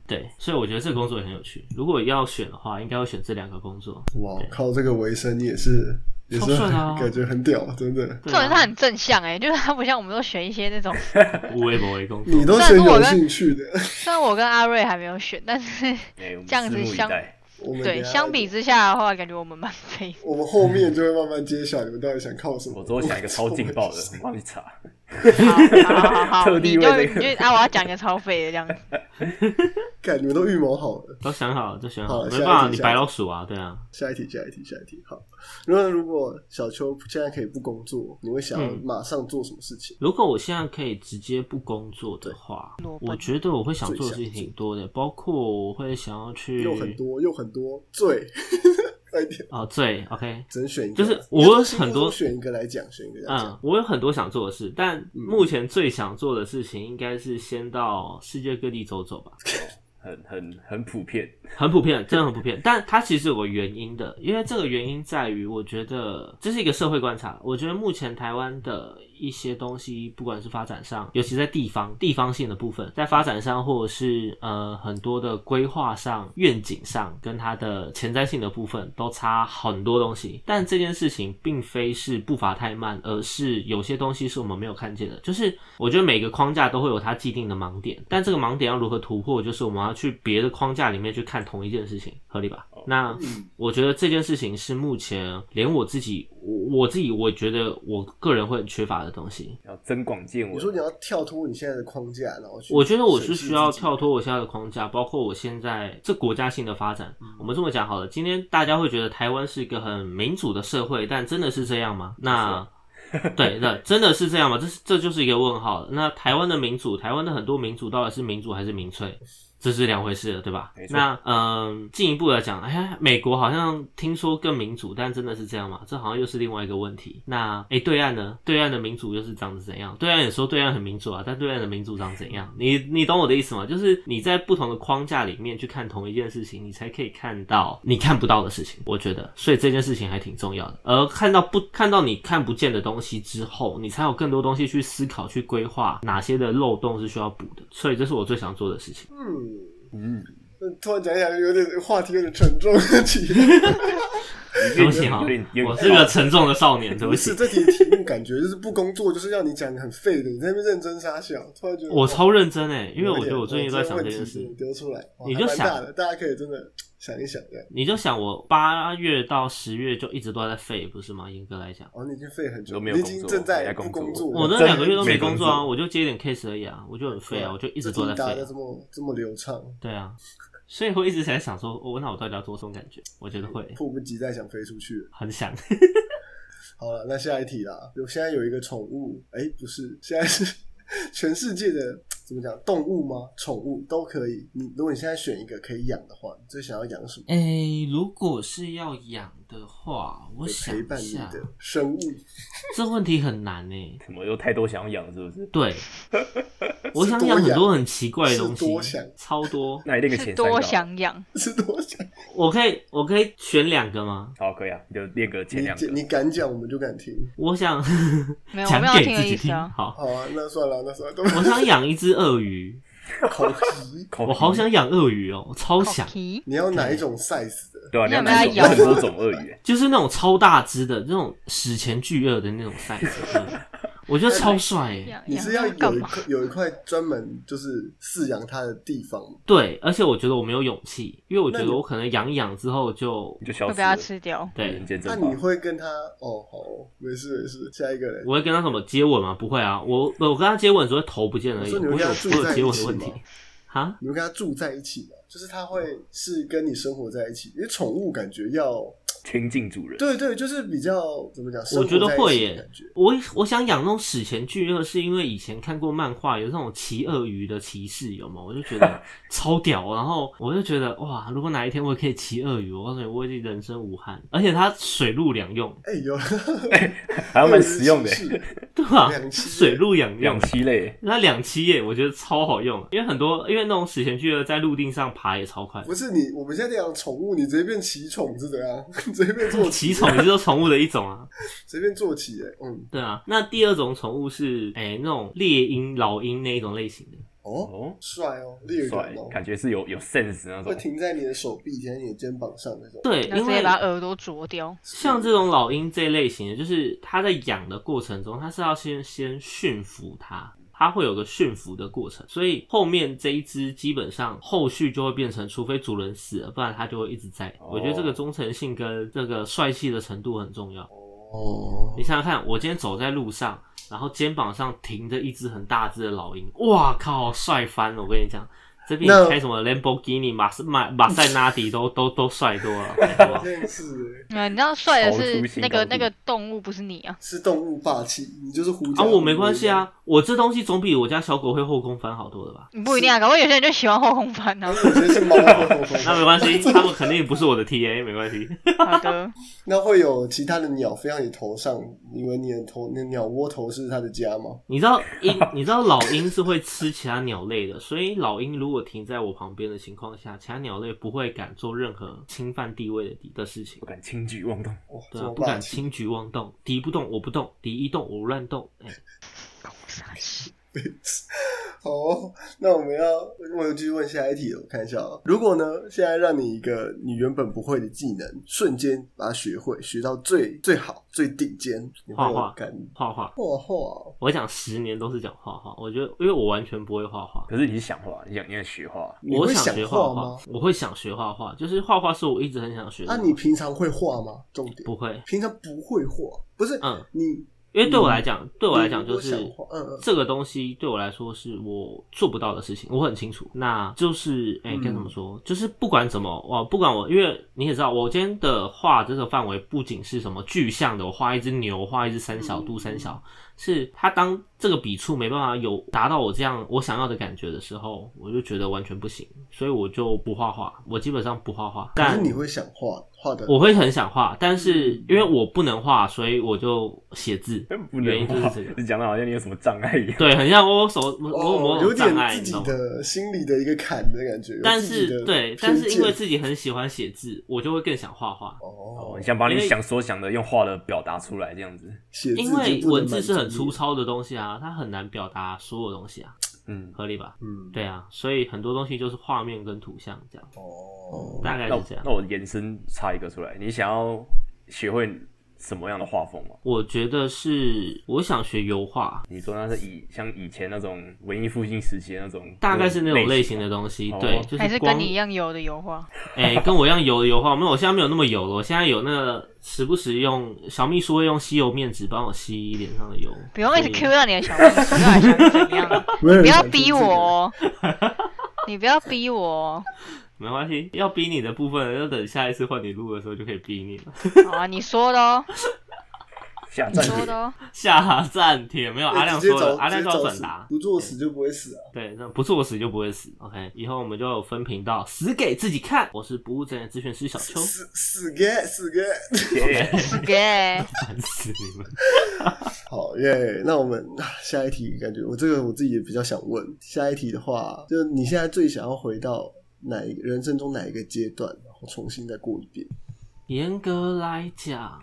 [SPEAKER 1] 对，所以我觉得这个工作也很有趣。如果要选的话，应该会选这两个工作。
[SPEAKER 2] 哇，靠这个为生也是也是
[SPEAKER 1] 超帅的啊
[SPEAKER 2] 感觉很屌，真的。
[SPEAKER 1] 对
[SPEAKER 3] 重点是他
[SPEAKER 1] 啊，
[SPEAKER 3] 很正向哎、 [laughs] 就是他不像我们都选一些那
[SPEAKER 1] [laughs]
[SPEAKER 3] 种，
[SPEAKER 1] 无微不微工作
[SPEAKER 2] 你。都选有兴趣的，
[SPEAKER 3] 虽然我跟阿瑞还没有选，但是
[SPEAKER 4] 哎，我们
[SPEAKER 3] 这样子
[SPEAKER 4] 拭目以
[SPEAKER 3] 相
[SPEAKER 4] 待。
[SPEAKER 2] 我们等
[SPEAKER 3] 对
[SPEAKER 2] 一下
[SPEAKER 3] 相比，之下的话，感觉我们蛮废。
[SPEAKER 2] 我们后面就会慢慢揭晓你们到底想靠什么。
[SPEAKER 4] 我之后想一个超劲
[SPEAKER 2] [laughs]
[SPEAKER 4] 爆的，我帮你查。
[SPEAKER 1] [laughs]
[SPEAKER 3] 好好好好，
[SPEAKER 4] [laughs] 特
[SPEAKER 3] 你
[SPEAKER 4] 地
[SPEAKER 3] 就
[SPEAKER 4] 为
[SPEAKER 3] 你
[SPEAKER 4] 这个
[SPEAKER 3] 就啊，我要讲一个超废的这样
[SPEAKER 4] [laughs]
[SPEAKER 3] 子。
[SPEAKER 2] 看你们都预谋好了。
[SPEAKER 1] 都想好了，都选好
[SPEAKER 2] 好
[SPEAKER 1] 了，
[SPEAKER 2] 下
[SPEAKER 1] 没
[SPEAKER 2] 一
[SPEAKER 1] 办法，
[SPEAKER 2] 题
[SPEAKER 1] 你
[SPEAKER 2] 下一
[SPEAKER 1] 白
[SPEAKER 2] 题
[SPEAKER 1] 老鼠啊，对啊，
[SPEAKER 2] 下一题，下一题，下一题。好，如果如果小秋现在可以不工作，你会想要
[SPEAKER 1] 嗯
[SPEAKER 2] 马上做什么事情？
[SPEAKER 1] 如果我现在可以直接不工作的话，
[SPEAKER 3] 裸奔
[SPEAKER 1] 我觉得我会想做的事情
[SPEAKER 2] 最想做
[SPEAKER 1] 挺多的，包括我会想要去
[SPEAKER 2] 又很多，又很多， [laughs] 最快点，
[SPEAKER 1] 哦，对，OK，
[SPEAKER 2] 只能选一个。
[SPEAKER 1] 就是我
[SPEAKER 2] 有
[SPEAKER 1] 有很多
[SPEAKER 2] 选一个来讲，选一个来
[SPEAKER 1] 嗯
[SPEAKER 2] 讲。，
[SPEAKER 1] 我有很多想做的事，
[SPEAKER 2] 嗯
[SPEAKER 1] 但目前最想做的事情应该是先到世界各地走走吧，
[SPEAKER 4] 很很很普遍，
[SPEAKER 1] 很普遍，真的很普遍。但它其实有个原因的，因为这个原因在于，我觉得这是一个社会观察。我觉得目前台湾的一些东西，不管是发展上，尤其在地方地方性的部分，在发展上或者是呃很多的规划上、愿景上，跟它的前瞻性的部分都差很多东西。但这件事情并非是步伐太慢，而是有些东西是我们没有看见的。就是我觉得每个框架都会有它既定的盲点，但这个盲点要如何突破，就是我们要去别的框架里面去看同一件事情，合理吧？那
[SPEAKER 2] 嗯
[SPEAKER 1] 我觉得这件事情是目前连我自己，我我自己我觉得我个人会很缺乏的东西。
[SPEAKER 4] 要增广见
[SPEAKER 2] 你说你
[SPEAKER 4] 闻。
[SPEAKER 2] 要跳脱你现在的框架，然后去
[SPEAKER 1] 我觉得我
[SPEAKER 2] 审
[SPEAKER 1] 是
[SPEAKER 2] 视
[SPEAKER 1] 需要
[SPEAKER 2] 自己
[SPEAKER 1] 跳脱我现在的框架，包括我现在这国家性的发展。
[SPEAKER 2] 嗯
[SPEAKER 1] 我们这么讲好了，今天大家会觉得台湾是一个很民主的社会，但真的是这样吗？那 [laughs] 对那真的是这样吗？这是这就是一个问号了。那台湾的民主，台湾的很多民主到底是民主还是民粹？这是两回事了，对吧
[SPEAKER 4] 没？错
[SPEAKER 1] 那嗯，进一步的讲，哎呀，美国好像听说更民主，但真的是这样吗？这好像又是另外一个问题。那哎，对岸呢？对岸的民主又是长得怎样？对岸也说对岸很民主啊，但对岸的民主长怎样？你你懂我的意思吗？就是你在不同的框架里面去看同一件事情，你才可以看到你看不到的事情。我觉得，所以这件事情还挺重要的。而看到不看到你看不见的东西之后，你才有更多东西去思考、去规划哪些的漏洞是需要补的。所以这是我最想做的事情。
[SPEAKER 2] 嗯，
[SPEAKER 4] 嗯，
[SPEAKER 2] 那突然讲一讲，有点话题有点沉重 [laughs]
[SPEAKER 1] [laughs]
[SPEAKER 2] 起来。
[SPEAKER 1] 对不起哈
[SPEAKER 4] 有点有点，
[SPEAKER 1] 我是个沉重的少年，对不
[SPEAKER 2] 不
[SPEAKER 1] 起
[SPEAKER 2] [laughs] 是。这题题目感觉就是不工作，就是要你讲很废的，你在那边认真傻想，突然觉得
[SPEAKER 1] 我
[SPEAKER 2] 哇
[SPEAKER 1] 超认真哎，因为我觉
[SPEAKER 2] 有
[SPEAKER 1] 得
[SPEAKER 2] 点
[SPEAKER 1] 我最近都
[SPEAKER 2] 哇
[SPEAKER 1] 在想
[SPEAKER 2] 问
[SPEAKER 1] 这
[SPEAKER 2] 题
[SPEAKER 1] 件事。
[SPEAKER 2] 丢出来，哇
[SPEAKER 1] 你就
[SPEAKER 2] 还蛮
[SPEAKER 1] 想
[SPEAKER 2] 大的，大家可以真的想一想这样。
[SPEAKER 1] 你就想我八月到十月就一直都在废，不是吗？严格来讲，
[SPEAKER 2] 哦，你已经废很久，
[SPEAKER 4] 都没有
[SPEAKER 2] 你已
[SPEAKER 4] 工作
[SPEAKER 2] 经正在
[SPEAKER 4] 还在
[SPEAKER 2] 不
[SPEAKER 4] 工
[SPEAKER 2] 工
[SPEAKER 4] 作
[SPEAKER 2] 作了。
[SPEAKER 1] 我那
[SPEAKER 4] 真
[SPEAKER 1] 两个月都
[SPEAKER 4] 没
[SPEAKER 1] 没
[SPEAKER 4] 工
[SPEAKER 1] 工作啊，
[SPEAKER 4] 作
[SPEAKER 1] 我就接一点 case 而已啊，我就很废啊，我就一直都在
[SPEAKER 2] 这题答
[SPEAKER 1] 废
[SPEAKER 2] 的
[SPEAKER 1] 啊
[SPEAKER 2] 这。么这么流畅，
[SPEAKER 1] 对啊，所以我一直在想说，哦我、那我到底要做这种感觉？我觉得会
[SPEAKER 2] 迫不及待想飞出去了。
[SPEAKER 1] 很想。 [laughs]
[SPEAKER 2] 好了，那下一题啦。有现在有一个宠物，哎、不是，现在是 [laughs] 全世界的怎么讲，动物吗？宠物都可以。你如果你现在选一个可以养的话，你最想要养什么？
[SPEAKER 1] 哎、如果是要养的话，我想
[SPEAKER 2] 陪伴
[SPEAKER 1] 一
[SPEAKER 2] 你
[SPEAKER 1] 下
[SPEAKER 2] 的，生物， [laughs]
[SPEAKER 1] 这问题很难哎。
[SPEAKER 4] 什么有太多想养，是不是？
[SPEAKER 1] [laughs] 对，我想
[SPEAKER 2] 多
[SPEAKER 1] 养很
[SPEAKER 2] 养
[SPEAKER 1] 多很奇怪的东
[SPEAKER 2] 是多
[SPEAKER 1] 西
[SPEAKER 2] 想，
[SPEAKER 1] 超 [laughs] 多。
[SPEAKER 4] 那一定个
[SPEAKER 3] 是
[SPEAKER 4] 前三个
[SPEAKER 3] 多
[SPEAKER 4] 好了。
[SPEAKER 3] 想养，
[SPEAKER 2] 是多想。
[SPEAKER 1] 我可以，我可以选两个吗？
[SPEAKER 4] 好，可以啊，你就列个前
[SPEAKER 2] 你
[SPEAKER 4] 两个。
[SPEAKER 2] 你敢讲，我们就敢听。
[SPEAKER 1] 我想 [laughs]
[SPEAKER 3] 没有我
[SPEAKER 1] 讲
[SPEAKER 3] 没有要
[SPEAKER 1] 给
[SPEAKER 3] 听的
[SPEAKER 1] 自己
[SPEAKER 3] 意思
[SPEAKER 1] 听。
[SPEAKER 3] 啊
[SPEAKER 1] 好，
[SPEAKER 2] 好啊，那算了，那算了，都
[SPEAKER 1] 我想养一只鳄
[SPEAKER 2] [laughs]
[SPEAKER 1] 鱼， [laughs]
[SPEAKER 2] 口皮。
[SPEAKER 4] 口
[SPEAKER 1] 我好
[SPEAKER 4] 蹄
[SPEAKER 1] 想养鳄鱼哦，我超想
[SPEAKER 3] 好，皮
[SPEAKER 2] 你要哪一种 size 的？
[SPEAKER 4] 对啊，
[SPEAKER 3] 你
[SPEAKER 4] 你
[SPEAKER 3] 有
[SPEAKER 4] 要
[SPEAKER 3] 没有
[SPEAKER 4] 拿
[SPEAKER 3] 要
[SPEAKER 4] 很多种鳄鱼，
[SPEAKER 1] 就是那种超大只的那种史前巨鳄的那种 size，鳄鱼
[SPEAKER 3] [laughs]
[SPEAKER 1] 我觉得超帅哎。
[SPEAKER 3] 养
[SPEAKER 2] 你是
[SPEAKER 3] 养
[SPEAKER 2] 要
[SPEAKER 3] 它干
[SPEAKER 2] 有一
[SPEAKER 3] 嘛？
[SPEAKER 2] 块有一块专门就是饲养它的地方吗？
[SPEAKER 1] 对，而且我觉得我没有勇气，因为我觉
[SPEAKER 2] 那
[SPEAKER 1] 得
[SPEAKER 2] 你
[SPEAKER 1] 我可能养一养之后就
[SPEAKER 4] 你就消
[SPEAKER 3] 会
[SPEAKER 4] 失
[SPEAKER 3] 被它
[SPEAKER 4] 了。
[SPEAKER 3] 吃掉。
[SPEAKER 1] 对
[SPEAKER 4] 人，间
[SPEAKER 2] 那
[SPEAKER 4] 蒸
[SPEAKER 2] 你
[SPEAKER 4] 发。
[SPEAKER 2] 会跟它？哦，好哦，没事没事。下一个人，
[SPEAKER 1] 我会跟他什么接吻吗？不会啊，我我跟他接吻只会头不见而
[SPEAKER 2] 我
[SPEAKER 1] 已，
[SPEAKER 2] 说你
[SPEAKER 1] 不
[SPEAKER 2] 们
[SPEAKER 1] 会有
[SPEAKER 2] 跟它
[SPEAKER 1] 不
[SPEAKER 2] 住
[SPEAKER 1] 会有
[SPEAKER 2] 在
[SPEAKER 1] 接
[SPEAKER 2] 一
[SPEAKER 1] 吻的
[SPEAKER 2] 起
[SPEAKER 1] 问
[SPEAKER 2] 吗
[SPEAKER 1] 题？啊。
[SPEAKER 2] 你们跟它住在一起嘛，就是它会是跟你生活在一起，因为宠物感觉要，
[SPEAKER 4] 亲近主人，
[SPEAKER 2] 对对，就是比较怎么讲，
[SPEAKER 1] 我觉得
[SPEAKER 2] 生活在
[SPEAKER 1] 会
[SPEAKER 2] 一起的
[SPEAKER 1] 耶
[SPEAKER 2] 感觉。，
[SPEAKER 1] 我我想养那种史前巨鳄，是因为以前看过漫画，有那种骑鳄鱼的骑士，有吗？我就觉得
[SPEAKER 2] [laughs]
[SPEAKER 1] 超屌，然后我就觉得哇，如果哪一天我也可以骑鳄鱼，我告诉你，我已经人生无憾，而且它水陆两用，
[SPEAKER 2] 哎、
[SPEAKER 4] [laughs]
[SPEAKER 2] 有
[SPEAKER 4] 还要蛮实用的，
[SPEAKER 1] 对吧
[SPEAKER 2] 两？栖
[SPEAKER 1] 水陆两用
[SPEAKER 4] 两，栖类。
[SPEAKER 1] 那两栖耶，我觉得超好用，因为很多因为那种史前巨鳄在陆地上爬也超快。
[SPEAKER 2] 不是你，我们现在养宠物，你直接变奇宠是怎样？ [laughs] 你直接变坐
[SPEAKER 4] [laughs]
[SPEAKER 1] 骑宠也是宠物的一种啊，
[SPEAKER 2] 随便坐骑耶，嗯，
[SPEAKER 1] 对啊。那第二种宠物是哎、那种猎鹰、老鹰那一种类型的，
[SPEAKER 2] 哦，
[SPEAKER 4] 哦，
[SPEAKER 2] 帅哦，猎
[SPEAKER 4] 帅
[SPEAKER 2] 人哦，，
[SPEAKER 4] 感觉是有有 sense 那
[SPEAKER 2] [laughs] 会
[SPEAKER 4] 种。
[SPEAKER 2] 停在你的手臂，停在你的肩膀上那种。
[SPEAKER 1] 对，
[SPEAKER 3] 然后
[SPEAKER 1] 因
[SPEAKER 3] 直接
[SPEAKER 1] 为
[SPEAKER 3] 把耳朵啄掉，
[SPEAKER 1] 像这种老鹰这类型的，就是它在养的过程中，它是要先先驯服它。它会有个驯服的过程，所以后面这一只基本上后续就会变成，除非主人死了，不然它就会一直在。
[SPEAKER 4] 哦
[SPEAKER 1] 我觉得这个忠诚性跟这个帅气的程度很重要。
[SPEAKER 2] 哦
[SPEAKER 1] 你，想想看，我今天走在路上，然后肩膀上停着一只很大只的老鹰，哇靠，帅翻了！我跟你讲，这比你
[SPEAKER 2] 那
[SPEAKER 1] 开什么兰博基尼、马斯马马塞拉蒂都都都帅多了，好不好
[SPEAKER 2] 好像是
[SPEAKER 3] 嗯，你知道帅的
[SPEAKER 4] 超出
[SPEAKER 3] 是
[SPEAKER 4] 心
[SPEAKER 3] 那个
[SPEAKER 4] 高度
[SPEAKER 3] 那个动物，不是你啊。
[SPEAKER 2] 是动物霸气，你就是胡椒
[SPEAKER 1] 啊，我没
[SPEAKER 2] 味
[SPEAKER 1] 关系啊，我这东西总比我家小狗会后空翻好多了吧？
[SPEAKER 3] 你不一定啊，搞不好有些人就喜欢后空
[SPEAKER 1] [laughs]
[SPEAKER 3] 翻呢、
[SPEAKER 2] 啊我觉得是猫会后
[SPEAKER 1] 那没关系，他们肯定不是我的 TA，没关系。
[SPEAKER 3] 好的，
[SPEAKER 2] [laughs] 那会有其他的鸟飞到你头上，以为你的头、你的鸟窝头是它的家吗？
[SPEAKER 1] 你知道鹰，你知道老鹰是会吃其他鸟类的，所以老鹰如果停在我旁边的情况下，其他鸟类不会敢做任何侵犯地位的的事情
[SPEAKER 4] 不。敢轻举妄动，
[SPEAKER 2] 哇，这
[SPEAKER 1] 对啊，
[SPEAKER 2] 么
[SPEAKER 1] 不
[SPEAKER 2] 霸
[SPEAKER 1] 敢
[SPEAKER 2] 气！
[SPEAKER 1] 轻举妄动，敌不动我不动，敌一动我乱动。哎、
[SPEAKER 2] 好哦、那我们要，我继续问下一题了，我看一下哦。如果呢，现在让你一个你原本不会的技能，瞬间把它学会，学到最最好、最顶尖，你会
[SPEAKER 1] 画画
[SPEAKER 2] 有感
[SPEAKER 1] 画画，
[SPEAKER 2] 画哦画
[SPEAKER 1] 我讲十年都是讲画画。我觉得，因为我完全不会画画，
[SPEAKER 4] 可是你是想画，你想你想学画，
[SPEAKER 2] 你
[SPEAKER 1] 我
[SPEAKER 2] 会
[SPEAKER 1] 想
[SPEAKER 2] 想
[SPEAKER 1] 学
[SPEAKER 2] 画
[SPEAKER 1] 画
[SPEAKER 2] 吗？，
[SPEAKER 1] 我会想学画画，就是画画是我一直很想学的
[SPEAKER 2] 那、
[SPEAKER 1] 东西。
[SPEAKER 2] 你平常会画吗？重点
[SPEAKER 1] 不会？
[SPEAKER 2] 平常不会画，不是？
[SPEAKER 1] 嗯
[SPEAKER 2] 你
[SPEAKER 1] 因为对我来讲，对我来讲就
[SPEAKER 2] 如
[SPEAKER 1] 是
[SPEAKER 2] 果想画嗯嗯
[SPEAKER 1] 这个东西对我来说是我做不到的事情，我很清楚。那就是哎，
[SPEAKER 4] 嗯
[SPEAKER 1] 该、怎么说？就是不管怎么，我不管我，因为你也知道，我今天的画这个范围不仅是什么具象的，我画一只牛，画一只三
[SPEAKER 2] 嗯
[SPEAKER 1] 小度三小，是它当这个笔触没办法有达到我这样我想要的感觉的时候，我就觉得完全不行，所以我就不画画，我基本上不画画。
[SPEAKER 2] 可
[SPEAKER 1] 但
[SPEAKER 2] 是你会嗯想画画的，
[SPEAKER 1] 我会很想画，但是因为我不能画，所以我就写字。
[SPEAKER 4] 不
[SPEAKER 1] 原
[SPEAKER 4] 能
[SPEAKER 1] 因就是
[SPEAKER 4] 画
[SPEAKER 1] 这个，
[SPEAKER 4] [laughs] 你讲的好像你有什么障碍一样。
[SPEAKER 1] 对，很像我手我我
[SPEAKER 2] 哦
[SPEAKER 1] 我
[SPEAKER 2] 有
[SPEAKER 1] 障
[SPEAKER 2] 点
[SPEAKER 1] 碍，
[SPEAKER 2] 自
[SPEAKER 1] 你知
[SPEAKER 2] 己
[SPEAKER 1] 道吗？
[SPEAKER 2] 的心里的一个坎的感觉，有
[SPEAKER 1] 但
[SPEAKER 2] 自己
[SPEAKER 1] 是
[SPEAKER 2] 的
[SPEAKER 1] 对，
[SPEAKER 2] 偏
[SPEAKER 1] 但是因为
[SPEAKER 2] 见
[SPEAKER 1] 自己很喜欢写字，我就会更想画画，
[SPEAKER 2] 哦
[SPEAKER 4] 哦，你，想把
[SPEAKER 1] 因
[SPEAKER 4] 你
[SPEAKER 1] 为
[SPEAKER 4] 想所想的用画的表达出来，这样子。
[SPEAKER 2] 写字
[SPEAKER 1] 因
[SPEAKER 2] 就
[SPEAKER 1] 为
[SPEAKER 2] 不能
[SPEAKER 1] 文字是很
[SPEAKER 2] 满足
[SPEAKER 1] 粗
[SPEAKER 2] 你，
[SPEAKER 1] 糙的东西啊，它很难表达所有东西啊，
[SPEAKER 4] 嗯，
[SPEAKER 1] 合理吧？
[SPEAKER 2] 嗯，
[SPEAKER 1] 对啊，所以很多东西就是画面跟图像这样，
[SPEAKER 2] 哦，
[SPEAKER 1] 大概是
[SPEAKER 4] 那我
[SPEAKER 1] 这样
[SPEAKER 4] 那。我延伸插一个出来，你想要学会什么样的画风吗？
[SPEAKER 1] 我觉得是我想学油画，
[SPEAKER 4] 你说那是以像以前那种文艺复兴时期的那种，
[SPEAKER 1] 大概是那种类
[SPEAKER 4] 型
[SPEAKER 1] 嗯型的东西
[SPEAKER 4] 哦，
[SPEAKER 1] 对，就
[SPEAKER 3] 还是
[SPEAKER 1] 光
[SPEAKER 3] 跟你一样油的油画，
[SPEAKER 1] 哎、跟我一样油的油画，没有，我现在没有那么油了。我现在有那个时不时用小秘书会用吸油面纸帮我吸脸上的油。
[SPEAKER 3] 不用一直
[SPEAKER 1] 所以
[SPEAKER 3] Q 到你的小秘书，到底想怎样
[SPEAKER 4] [laughs]
[SPEAKER 3] 啊？
[SPEAKER 2] 不
[SPEAKER 3] 不要逼我，哦，你不要逼我哦。
[SPEAKER 1] 没关系，要逼你的部分，就等下一次换你录的时候就可以逼你了。 [laughs]
[SPEAKER 3] 好啊，你说的哦，
[SPEAKER 4] 下
[SPEAKER 3] 你
[SPEAKER 4] 暂
[SPEAKER 3] 说的
[SPEAKER 4] 停。
[SPEAKER 3] 哦。
[SPEAKER 1] 下暂停，没有阿亮
[SPEAKER 2] 直接
[SPEAKER 1] 说
[SPEAKER 2] 找
[SPEAKER 1] 的，阿亮
[SPEAKER 2] 直
[SPEAKER 1] 说
[SPEAKER 2] 接
[SPEAKER 1] 要
[SPEAKER 2] 找
[SPEAKER 1] 转
[SPEAKER 2] 死
[SPEAKER 1] 达，
[SPEAKER 2] 不作死就不会死啊。
[SPEAKER 1] 对，那不作死就不会死。OK，以后我们就有分频道，死给自己看。我是不务正业咨询师小秋，
[SPEAKER 2] 死死个死 [laughs] 个，
[SPEAKER 1] [laughs]
[SPEAKER 3] 是给
[SPEAKER 1] 烦死你们。
[SPEAKER 2] 好耶！那我们啊下一题，感觉我这个我自己也比较想问。下一题的话，就是你现在最想要回到哪一个人生中哪一个阶段，然后重新再过一遍？
[SPEAKER 1] 严格来讲，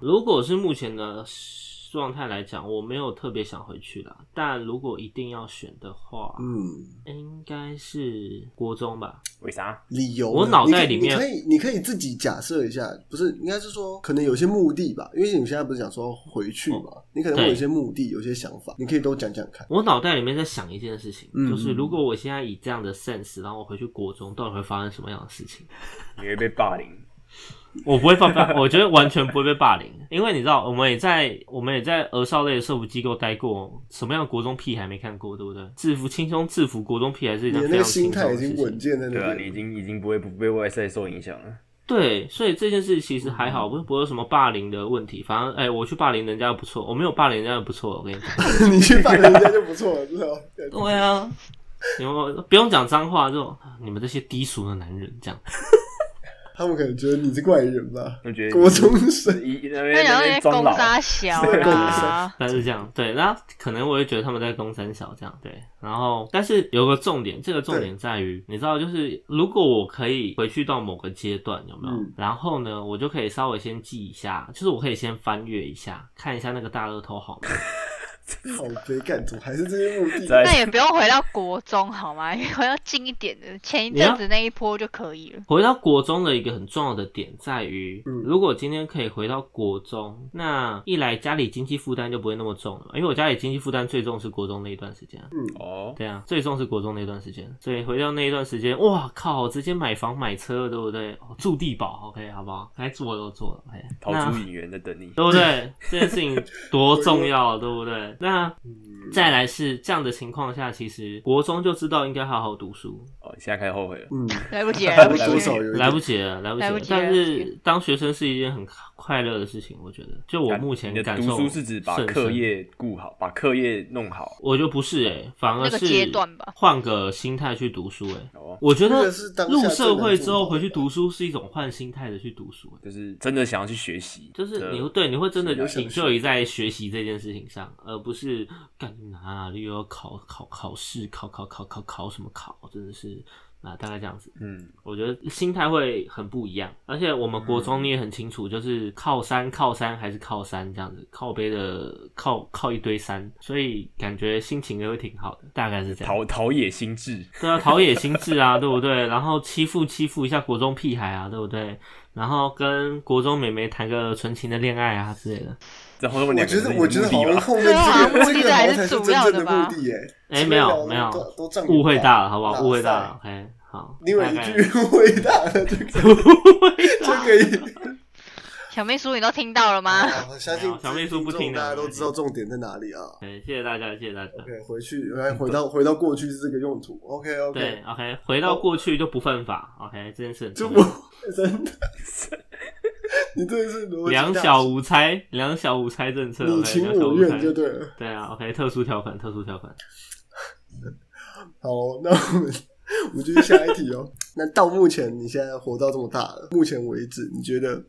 [SPEAKER 1] 如果是目前的状态来讲，我没有特别想回去啦。但如果一定要选的话，
[SPEAKER 2] 嗯，
[SPEAKER 1] 应该是国中吧。
[SPEAKER 4] 为啥？
[SPEAKER 2] 理由呢
[SPEAKER 1] 我脑袋里面
[SPEAKER 2] 你可以你可以你可以自己假设一下，不是应该是说可能有些目的吧？因为你现在不是讲说回去嘛，
[SPEAKER 1] 嗯
[SPEAKER 2] 你可能会有一些目的，有些想法，你可以都讲讲看。
[SPEAKER 1] 我脑袋里面在想一件事情，
[SPEAKER 2] 嗯
[SPEAKER 1] 就是如果我现在以这样的 sense，然后我回去国中，到底会发生什么样的事情？
[SPEAKER 4] 你会被霸凌？
[SPEAKER 1] 我不会放霸，我觉得完全不会被霸凌，因为你知道，我们也在我们也在儿少类的社服机构待过，什么样的国中屁还没看过，对不对？制服轻松制服国中屁还是一
[SPEAKER 2] 你
[SPEAKER 1] 件
[SPEAKER 2] 的
[SPEAKER 1] 非
[SPEAKER 2] 那个
[SPEAKER 1] 常
[SPEAKER 2] 心
[SPEAKER 1] 轻松
[SPEAKER 2] 态
[SPEAKER 1] 的
[SPEAKER 2] 已
[SPEAKER 1] 事
[SPEAKER 2] 经稳
[SPEAKER 1] 情。
[SPEAKER 2] 健在那
[SPEAKER 4] 对
[SPEAKER 2] 边了，
[SPEAKER 4] 啊，你已经已经不会不被外在受影响了。
[SPEAKER 1] 对，所以这件事其实还
[SPEAKER 2] 嗯
[SPEAKER 1] 好，不是不会有什么霸凌的问题。反正哎、我去霸凌人家不错，我没有霸凌人家不错，我跟你讲。 [laughs]
[SPEAKER 2] 你去办人家就不错了，知道吗？
[SPEAKER 1] 对啊，你们不用讲脏话，就啊你们这些低俗的男人这样。
[SPEAKER 2] 他们可能觉得你是怪人吧？
[SPEAKER 4] 我觉得
[SPEAKER 2] 国中生，
[SPEAKER 4] 一那
[SPEAKER 3] 那
[SPEAKER 4] 边
[SPEAKER 3] 然
[SPEAKER 4] 那
[SPEAKER 3] 后那
[SPEAKER 4] 边
[SPEAKER 3] 些
[SPEAKER 4] 装
[SPEAKER 3] 公
[SPEAKER 4] 老，
[SPEAKER 3] 杀小啊
[SPEAKER 2] 公
[SPEAKER 3] 啦
[SPEAKER 2] 杀，
[SPEAKER 1] 但是这样，对，那可能我也觉得他们在攻三小这样，对。然后，但是有个重点，这个重点在于，你知道，就是如果我可以回去到某个阶段，有没有？
[SPEAKER 2] 嗯
[SPEAKER 1] 然后呢，我就可以稍微先记一下，就是我可以先翻阅一下，看一下那个大乐透号码。
[SPEAKER 2] 好悲感怎么还是这些目的？
[SPEAKER 4] 在
[SPEAKER 3] 那也不用回到国中好吗？ [laughs] 回到近一点的，前一阵子那一波就可以了。
[SPEAKER 1] 回到国中的一个很重要的点在于
[SPEAKER 2] 嗯，
[SPEAKER 1] 如果今天可以回到国中，那一来家里经济负担就不会那么重了嘛，因为我家里经济负担最重是国中那一段时间啊。
[SPEAKER 4] 哦，
[SPEAKER 1] 对啊，最重是国中那段时间，所以回到那一段时间，哇靠，直接买房买车了，对不对？哦、住地堡，OK，好不好？该做的都做了，OK，
[SPEAKER 4] 逃
[SPEAKER 1] 那
[SPEAKER 4] 出影院在等你。
[SPEAKER 1] 对不
[SPEAKER 3] [laughs]
[SPEAKER 1] 对？这件事情多重要，对不对？那
[SPEAKER 2] 嗯
[SPEAKER 1] 再来是这样的情况下，其实国中就知道应该好好读书，
[SPEAKER 4] 哦，你现在开始后悔了。
[SPEAKER 2] 嗯，
[SPEAKER 3] 来不及了，
[SPEAKER 2] 还
[SPEAKER 3] 来
[SPEAKER 2] 会
[SPEAKER 3] 不及
[SPEAKER 2] 多
[SPEAKER 3] 了。
[SPEAKER 2] 少有一
[SPEAKER 1] 来
[SPEAKER 2] 点
[SPEAKER 1] 不及了，来不及
[SPEAKER 3] 来
[SPEAKER 1] 了。
[SPEAKER 3] 不及了
[SPEAKER 1] 但
[SPEAKER 3] 来不
[SPEAKER 1] 是当学生是一件很快乐的事情，我觉得，就我目前
[SPEAKER 4] 你的
[SPEAKER 1] 感
[SPEAKER 4] 读
[SPEAKER 1] 受，
[SPEAKER 4] 书是指把课，业顾好，把课业弄好。
[SPEAKER 1] 我就不是诶、反而
[SPEAKER 3] 那个
[SPEAKER 1] 是
[SPEAKER 3] 阶段吧
[SPEAKER 1] 换个心态去读书诶、欸
[SPEAKER 4] 哦，
[SPEAKER 1] 我觉
[SPEAKER 2] 这
[SPEAKER 1] 得
[SPEAKER 2] 个是当下
[SPEAKER 1] 入
[SPEAKER 2] 最
[SPEAKER 1] 社
[SPEAKER 2] 难
[SPEAKER 1] 会
[SPEAKER 2] 做
[SPEAKER 1] 之后
[SPEAKER 2] 到
[SPEAKER 1] 回去
[SPEAKER 2] 的
[SPEAKER 1] 读书是一种换心态的去读书、欸
[SPEAKER 4] 就是真的想要去学习的，
[SPEAKER 1] 就是你会对你会真的
[SPEAKER 2] 啊有想
[SPEAKER 1] 你就于在学习这件事情上，而不是干哪里又要考考考试，考考考考考什么考，真的是啊，大概这样子。
[SPEAKER 4] 嗯，
[SPEAKER 1] 我觉得心态会很不一样，而且我们国中你也很清楚，就是靠山靠山还是靠山这样子，靠背的靠靠一堆山，所以感觉心情也会挺好的，大概是这样。
[SPEAKER 4] 陶陶冶心智。
[SPEAKER 1] 对啊，陶冶心智啊， [laughs] 对不对？然后欺负欺负一下国中屁孩啊，对不对？然后跟国中美眉谈个纯情的恋爱啊之类的。
[SPEAKER 4] 然后他们
[SPEAKER 2] 我
[SPEAKER 4] 两个
[SPEAKER 2] 觉
[SPEAKER 4] 人
[SPEAKER 2] 得
[SPEAKER 4] 是一个
[SPEAKER 2] 我觉得
[SPEAKER 4] 目
[SPEAKER 2] 好
[SPEAKER 4] 的
[SPEAKER 2] 像
[SPEAKER 4] 吧
[SPEAKER 2] 后面
[SPEAKER 3] 对啊
[SPEAKER 2] 这个这
[SPEAKER 3] 目
[SPEAKER 2] 个好像才是
[SPEAKER 3] 的还是主要
[SPEAKER 2] 真正
[SPEAKER 3] 的
[SPEAKER 2] 目
[SPEAKER 3] 吧
[SPEAKER 2] 的耶。
[SPEAKER 1] 哎，没有
[SPEAKER 2] 前面
[SPEAKER 1] 没
[SPEAKER 2] 聊的
[SPEAKER 1] 有
[SPEAKER 2] 都，都占
[SPEAKER 1] 误会大了，好不
[SPEAKER 2] 哇
[SPEAKER 1] 好？
[SPEAKER 2] 塞
[SPEAKER 1] 误会大了。OK，好。
[SPEAKER 2] 你有
[SPEAKER 1] 大
[SPEAKER 2] 一
[SPEAKER 1] 概
[SPEAKER 2] [laughs] 句伟大的就可以就可以
[SPEAKER 3] 小秘书，你都听到了吗？
[SPEAKER 2] 哎我相信
[SPEAKER 1] 小秘书不听的
[SPEAKER 2] 大家都知道重点在哪里啊。
[SPEAKER 1] 对，谢谢大家，谢谢大家。
[SPEAKER 2] OK，回去来回到回到过去是这个用途。OK
[SPEAKER 1] 对
[SPEAKER 2] OK，
[SPEAKER 1] ，OK，回到过去就不犯法。OK，这件事很
[SPEAKER 2] 就
[SPEAKER 1] 重
[SPEAKER 2] 不
[SPEAKER 1] 要
[SPEAKER 2] 真的是，
[SPEAKER 1] [laughs]
[SPEAKER 2] 你真的是逻辑
[SPEAKER 1] 两
[SPEAKER 2] 大
[SPEAKER 1] 小无猜，两小无猜政策，
[SPEAKER 2] 你
[SPEAKER 1] OK，
[SPEAKER 2] 情
[SPEAKER 1] 两小
[SPEAKER 2] 我
[SPEAKER 1] 无
[SPEAKER 2] 愿
[SPEAKER 1] 猜。
[SPEAKER 2] 就对了。
[SPEAKER 1] 对啊，OK，特殊条款，特殊条款。
[SPEAKER 2] 好，那我们我们继续下一题哦。 [laughs] 那到目前你现在活到这么大了，目前为止，你觉得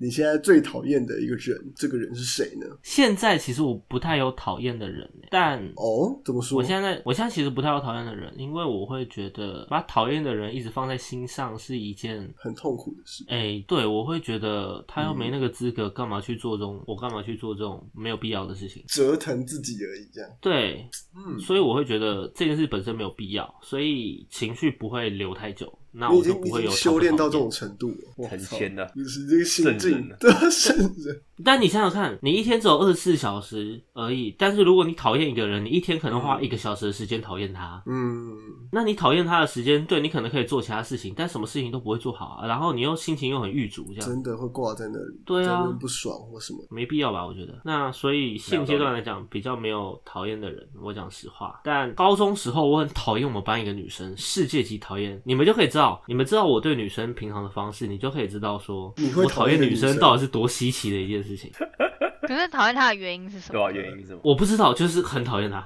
[SPEAKER 2] 你现在最讨厌的一个人，这个人是谁呢？
[SPEAKER 1] 现在其实我不太有讨厌的人，欸但
[SPEAKER 2] 哦，怎么说？
[SPEAKER 1] 我现在我现在其实不太有讨厌的人，因为我会觉得把讨厌的人一直放在心上是一件。
[SPEAKER 2] 很痛苦的事。
[SPEAKER 1] 哎、对，我会觉得他又
[SPEAKER 2] 嗯
[SPEAKER 1] 没那个资格，干嘛去做这种？我干嘛去做这种没有必要的事情？
[SPEAKER 2] 折腾自己而已，这样。
[SPEAKER 1] 对，
[SPEAKER 2] 嗯，
[SPEAKER 1] 所以我会觉得这件事本身没有必要，所以情绪不会留太久，那
[SPEAKER 2] 你
[SPEAKER 1] 我
[SPEAKER 2] 已
[SPEAKER 1] 就
[SPEAKER 2] 经
[SPEAKER 1] 不
[SPEAKER 2] 你已
[SPEAKER 1] 会
[SPEAKER 2] 经
[SPEAKER 1] 有
[SPEAKER 2] 修炼到这种
[SPEAKER 1] 程
[SPEAKER 2] 程度了，我
[SPEAKER 4] 成
[SPEAKER 2] 操
[SPEAKER 4] 仙了
[SPEAKER 2] 你是这个心
[SPEAKER 4] 圣
[SPEAKER 2] 境
[SPEAKER 4] 人了
[SPEAKER 2] 对圣人，
[SPEAKER 1] 度。但你想想看，你一天只有二十四小时而已，但是如果你讨厌一个人，你一天可能花一个小时的时间讨厌他，
[SPEAKER 2] 嗯，
[SPEAKER 1] 那你讨厌他的时间，对你可能可以做其他事情，但什么事情都不会做好啊，然后你又心情又很郁卒，这样
[SPEAKER 2] 真的会挂在那里，
[SPEAKER 1] 对啊
[SPEAKER 2] 真的不爽或什么。
[SPEAKER 1] 没必要吧？我觉得。那所以现阶段来讲，比较没有讨厌的人，我讲实话。但高中时候我很讨厌我们班一个女生，世界级讨厌，你们就可以知道，你们知道我对女生平常的方式，你就可以知道说，
[SPEAKER 2] 你会
[SPEAKER 1] 我
[SPEAKER 2] 讨
[SPEAKER 1] 讨
[SPEAKER 2] 厌
[SPEAKER 1] 厌
[SPEAKER 2] 女
[SPEAKER 1] 女
[SPEAKER 2] 生
[SPEAKER 1] 生到底是多稀奇的一件事情。
[SPEAKER 3] 可是讨厌他的原因是什
[SPEAKER 4] 对
[SPEAKER 3] 么？
[SPEAKER 4] 吧、原因是什
[SPEAKER 3] [laughs]
[SPEAKER 4] 么？
[SPEAKER 1] 我不知道，就是很讨厌她。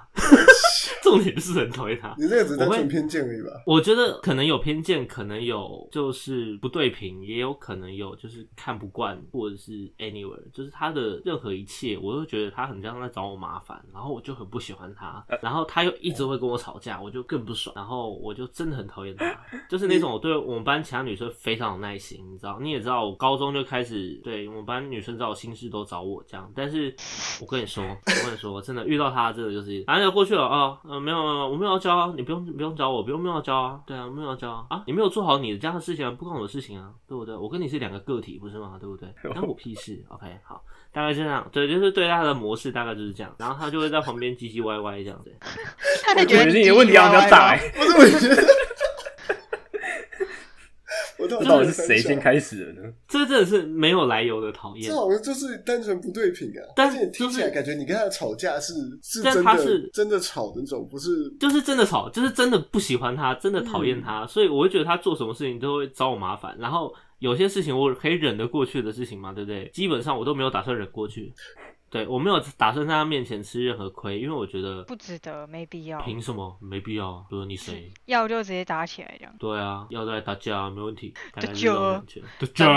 [SPEAKER 1] 重点是很讨厌她。
[SPEAKER 2] 你这个只是单
[SPEAKER 1] 我会
[SPEAKER 2] 纯偏见而已吧？
[SPEAKER 1] 我觉得可能有偏见，可能有就是不对频，也有可能有就是看不惯，或者是 anywhere，就是他的任何一切，我都觉得他很像在找我麻烦，然后我就很不喜欢他，然后他又一直会跟我吵架，我就更不爽，然后我就真的很讨厌他，就是那种我对我们班其他女生非常有耐心，你知道，你也知道，我高中就开始对我们班女生找我心事都找我这样，但是我跟你说，我跟你说，真的遇到他，真的就是，反正就过去了啊、哦，嗯、没有没有，我没有要教啊，你不用不用教我，不用没有要教啊，对啊，没有要教啊，啊，你没有做好你的家的事情啊，不关我的事情啊，对不对？我跟你是两个个体，不是吗？对不对？关我屁事，OK，好，大概就这样，对，就是对他的模式大概就是这样，然后他就会在旁边唧唧歪歪这样子，
[SPEAKER 3] 他才
[SPEAKER 4] 我
[SPEAKER 3] 觉
[SPEAKER 4] 觉
[SPEAKER 3] 得
[SPEAKER 4] 得
[SPEAKER 3] 你
[SPEAKER 4] 你的问题好像比较大、
[SPEAKER 3] 唧唧
[SPEAKER 2] 不
[SPEAKER 3] 歪歪
[SPEAKER 4] 欸，
[SPEAKER 2] 是，我
[SPEAKER 1] [laughs]
[SPEAKER 2] 觉得，我到底
[SPEAKER 4] 这欸到底是谁先
[SPEAKER 2] 开？
[SPEAKER 4] 开始的呢？
[SPEAKER 1] 这真的是没有来由的讨厌
[SPEAKER 2] 这。好像就是单纯不对频啊，
[SPEAKER 1] 但
[SPEAKER 2] 而且听起来
[SPEAKER 1] 就是
[SPEAKER 2] 感觉你跟他的吵架是是
[SPEAKER 1] 但
[SPEAKER 2] 真
[SPEAKER 1] 他
[SPEAKER 2] 的
[SPEAKER 1] 是
[SPEAKER 2] 真的吵的那种，不是
[SPEAKER 1] 就是真的吵，就是真的不喜欢他，真的讨
[SPEAKER 3] 嗯
[SPEAKER 1] 厌他，所以我会觉得他做什么事情都会找我麻烦。然后有些事情我可以忍得过去的事情嘛，对不对？基本上我都没有打算忍过去，对我没有打算在他面前吃任何亏，因为我觉得
[SPEAKER 3] 不值得，没必要。
[SPEAKER 1] 凭什么？没必要啊，比如你谁？
[SPEAKER 3] [laughs] 要就直接打起来这样。
[SPEAKER 1] 对啊，要在打架啊没问题，大概是
[SPEAKER 3] 打
[SPEAKER 1] 这
[SPEAKER 3] 架
[SPEAKER 1] 种感觉，打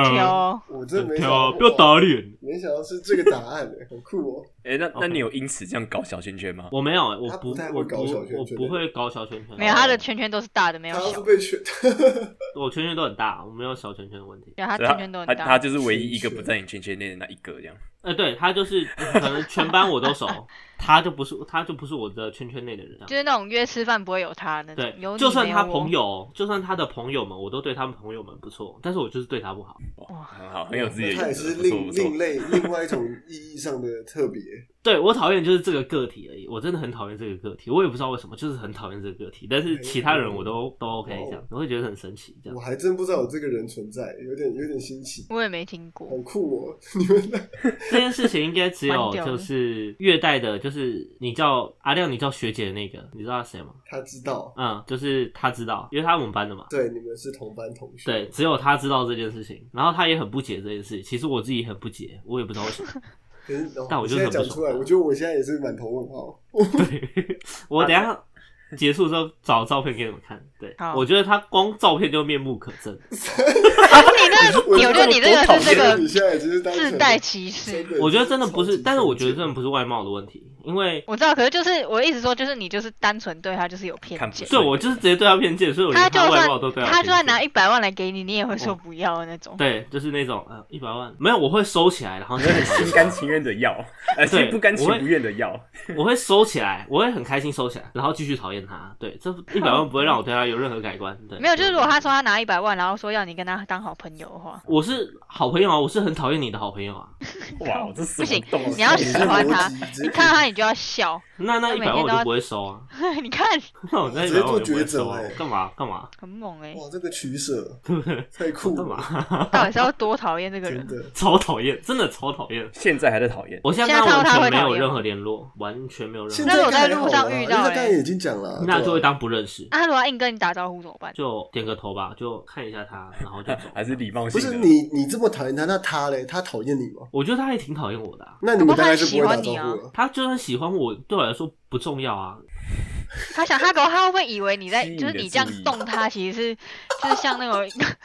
[SPEAKER 3] 单挑
[SPEAKER 1] 啊，
[SPEAKER 3] 哦，
[SPEAKER 2] 我真的没
[SPEAKER 1] 单
[SPEAKER 2] 想
[SPEAKER 1] 挑啊，
[SPEAKER 2] 到，
[SPEAKER 1] 不要打脸。
[SPEAKER 2] 没想到是这个答案、欸，很酷哦。
[SPEAKER 4] 哎、那那
[SPEAKER 1] OK
[SPEAKER 4] 你有因此这样搞小圈圈吗？
[SPEAKER 1] 我没有欸，我
[SPEAKER 2] 他不
[SPEAKER 1] 不，
[SPEAKER 2] 太会
[SPEAKER 1] 我
[SPEAKER 2] 搞
[SPEAKER 1] 不
[SPEAKER 2] 小圈，
[SPEAKER 1] 我
[SPEAKER 2] 圈
[SPEAKER 1] 不
[SPEAKER 2] 的
[SPEAKER 1] 会搞小圈圈。
[SPEAKER 3] 没有他的圈圈都是大的，没有
[SPEAKER 2] 他要
[SPEAKER 3] 小
[SPEAKER 2] 是
[SPEAKER 3] 的，
[SPEAKER 2] 被选，
[SPEAKER 1] 我圈圈都很大，我没有小圈圈的问题。
[SPEAKER 3] 对他
[SPEAKER 4] 所以
[SPEAKER 3] 圈圈都
[SPEAKER 4] 他
[SPEAKER 3] 很
[SPEAKER 4] 他啊他
[SPEAKER 3] 大。
[SPEAKER 4] 就是唯一一个不在你圈圈内的那一个这样。
[SPEAKER 1] 呃，对他就是可能全班我都熟，他就不是他就不是我的圈圈内的人啊。
[SPEAKER 3] 就是那种约吃饭不会有他那种，有
[SPEAKER 1] 对，
[SPEAKER 3] 你
[SPEAKER 1] 就算
[SPEAKER 3] 没
[SPEAKER 1] 他
[SPEAKER 3] 有我
[SPEAKER 1] 朋友，就算他的朋友们，我都对他们朋友们不错，但是我就是对他不好。
[SPEAKER 4] 哇，很好，很有自己的
[SPEAKER 2] [laughs] 他也
[SPEAKER 4] 原
[SPEAKER 2] 是
[SPEAKER 4] 则，不错
[SPEAKER 2] 另
[SPEAKER 4] 不
[SPEAKER 2] 另
[SPEAKER 4] 错。
[SPEAKER 2] 类另外一种意义上的特别。
[SPEAKER 1] 对我讨厌就是这个个体而已，我真的很讨厌这个个体，我也不知道为什么，就是很讨厌这个个体。但是其他人我都都 OK 这样，我会觉得很神奇这
[SPEAKER 2] 我
[SPEAKER 1] 样。
[SPEAKER 2] 还真不知道有这个人存在，有点有点新奇，
[SPEAKER 3] 我也没听过
[SPEAKER 2] 很，酷哦。 [laughs] 你们的
[SPEAKER 1] 这件事情应该只有
[SPEAKER 3] 蛮屌的
[SPEAKER 1] 就是月代的，就是你叫阿亮，你叫学姐的那个，你知道他谁吗？
[SPEAKER 2] 他知道，
[SPEAKER 1] 嗯，就是他知道，因为他我们班的嘛。
[SPEAKER 2] 对，你们是同班同学，
[SPEAKER 1] 对，只有他知道这件事情，然后他也很不解这件事。其实我自己也很不解，我也不知道为什么。
[SPEAKER 2] 可是哦
[SPEAKER 1] 但我
[SPEAKER 2] 你
[SPEAKER 1] 就
[SPEAKER 2] 现
[SPEAKER 1] 是
[SPEAKER 2] 在
[SPEAKER 1] 很不
[SPEAKER 2] 讲出来，
[SPEAKER 1] 爽
[SPEAKER 2] 我觉得我现在也是满头问号。
[SPEAKER 1] 对，我等一下结束之后找照片给你们看。对
[SPEAKER 3] 好，
[SPEAKER 1] 我觉得他光照片就面目可憎。
[SPEAKER 2] 啊
[SPEAKER 3] 你这个，我觉得你这个是
[SPEAKER 2] 我觉
[SPEAKER 3] 这
[SPEAKER 2] 得你
[SPEAKER 3] 个
[SPEAKER 2] 现在只是单纯
[SPEAKER 3] 自带歧视。
[SPEAKER 1] 我觉得真的不是，但是我觉得真的不是外貌的问题，因为
[SPEAKER 3] 我知道，可是就是我一直说，就是你就是单纯对他就是有偏
[SPEAKER 4] 看不
[SPEAKER 3] 见
[SPEAKER 4] 起，
[SPEAKER 1] 对我就是直接对他偏见，所以我
[SPEAKER 3] 他
[SPEAKER 1] 连
[SPEAKER 3] 就
[SPEAKER 1] 的外貌都对
[SPEAKER 3] 算
[SPEAKER 1] 他
[SPEAKER 3] 他就
[SPEAKER 1] 偏
[SPEAKER 3] 算
[SPEAKER 1] 见哦
[SPEAKER 3] 拿一百万来给你，你也会说不要的那种。
[SPEAKER 1] 对，就是那种呃一百万没有，我会收起来，然后就
[SPEAKER 4] 我很 [laughs] 心甘情愿的
[SPEAKER 3] [laughs]
[SPEAKER 4] 要，而且
[SPEAKER 1] 对
[SPEAKER 4] 不甘情
[SPEAKER 1] 我会
[SPEAKER 4] 不愿的要。
[SPEAKER 1] 我会收起来，我会很开心收起来，然后继续讨厌他。对，这一百万不会让我对他有任何改观。对，
[SPEAKER 3] 没有，就是如果他说他拿一百万，然后说要你跟他当好朋友
[SPEAKER 2] [laughs]
[SPEAKER 3] 的话，
[SPEAKER 1] 我是好朋友啊，我是很讨厌你的好朋友啊。
[SPEAKER 4] 哇，这什
[SPEAKER 3] 不行
[SPEAKER 4] 么动
[SPEAKER 3] 你要
[SPEAKER 4] 作
[SPEAKER 3] 喜欢他
[SPEAKER 2] 你
[SPEAKER 3] 你看他已就要笑。 [laughs]
[SPEAKER 1] 那那
[SPEAKER 3] 那
[SPEAKER 1] 一
[SPEAKER 3] 每
[SPEAKER 1] 百万
[SPEAKER 3] 天
[SPEAKER 1] 我
[SPEAKER 3] 都
[SPEAKER 1] 就
[SPEAKER 3] 要
[SPEAKER 1] 不会收啊， [laughs]
[SPEAKER 3] 你看，
[SPEAKER 1] 那我那
[SPEAKER 2] 直
[SPEAKER 1] 一
[SPEAKER 2] 接
[SPEAKER 1] 百万我
[SPEAKER 2] 做
[SPEAKER 1] 就不
[SPEAKER 2] 抉
[SPEAKER 1] 会
[SPEAKER 2] 择
[SPEAKER 1] 收啊
[SPEAKER 2] 欸，
[SPEAKER 1] 干嘛干嘛
[SPEAKER 3] 很猛哎、
[SPEAKER 2] 哇，这个
[SPEAKER 1] [laughs]
[SPEAKER 2] 取舍太酷
[SPEAKER 1] 干
[SPEAKER 2] 了，
[SPEAKER 1] 嘛，啊
[SPEAKER 3] 到底是要多讨厌这个
[SPEAKER 2] 真
[SPEAKER 3] 人？
[SPEAKER 2] 的。
[SPEAKER 1] 超讨厌，真的超讨厌。
[SPEAKER 4] 现在还在讨厌。。
[SPEAKER 1] 我现在
[SPEAKER 3] 现
[SPEAKER 1] 跟
[SPEAKER 3] 在
[SPEAKER 1] 他完
[SPEAKER 3] 看到他会
[SPEAKER 1] 全没
[SPEAKER 3] 讨
[SPEAKER 1] 有
[SPEAKER 3] 厌
[SPEAKER 1] 任
[SPEAKER 3] 吗
[SPEAKER 1] 何联络，完全没有任何
[SPEAKER 2] 现
[SPEAKER 1] 联
[SPEAKER 3] 那
[SPEAKER 2] 在
[SPEAKER 3] 如果在
[SPEAKER 2] 刚才
[SPEAKER 3] 路上
[SPEAKER 2] 好啦
[SPEAKER 3] 遇
[SPEAKER 2] 因为
[SPEAKER 3] 到
[SPEAKER 2] 他
[SPEAKER 3] 欸
[SPEAKER 2] 刚才已经讲了啊，
[SPEAKER 1] 络，那
[SPEAKER 2] 对
[SPEAKER 1] 就会
[SPEAKER 2] 吧
[SPEAKER 1] 当不认识，
[SPEAKER 3] 啊，他如果要硬跟你打招呼怎么办？
[SPEAKER 1] 就点个头吧，就看一下他，然后就走
[SPEAKER 4] [laughs] 还是礼貌
[SPEAKER 2] 不
[SPEAKER 4] 性的。
[SPEAKER 2] 是你你这么讨厌他，那他嘞，他讨厌你吗？
[SPEAKER 1] 我觉得他也挺讨厌我的啊、
[SPEAKER 2] 那你们
[SPEAKER 3] 搞不
[SPEAKER 2] 大
[SPEAKER 3] 好
[SPEAKER 2] 概
[SPEAKER 3] 他
[SPEAKER 2] 是不
[SPEAKER 3] 喜
[SPEAKER 2] 会打
[SPEAKER 3] 欢
[SPEAKER 2] 招
[SPEAKER 3] 你啊
[SPEAKER 2] 呼了。
[SPEAKER 1] 他就算喜欢我，对我来说不重要啊。
[SPEAKER 3] 他想他搞，他会不会以为你在
[SPEAKER 4] 吸引
[SPEAKER 3] 就是
[SPEAKER 4] 你的
[SPEAKER 3] 你这样
[SPEAKER 4] 注意
[SPEAKER 3] 动他，其实是就是像那种 [laughs]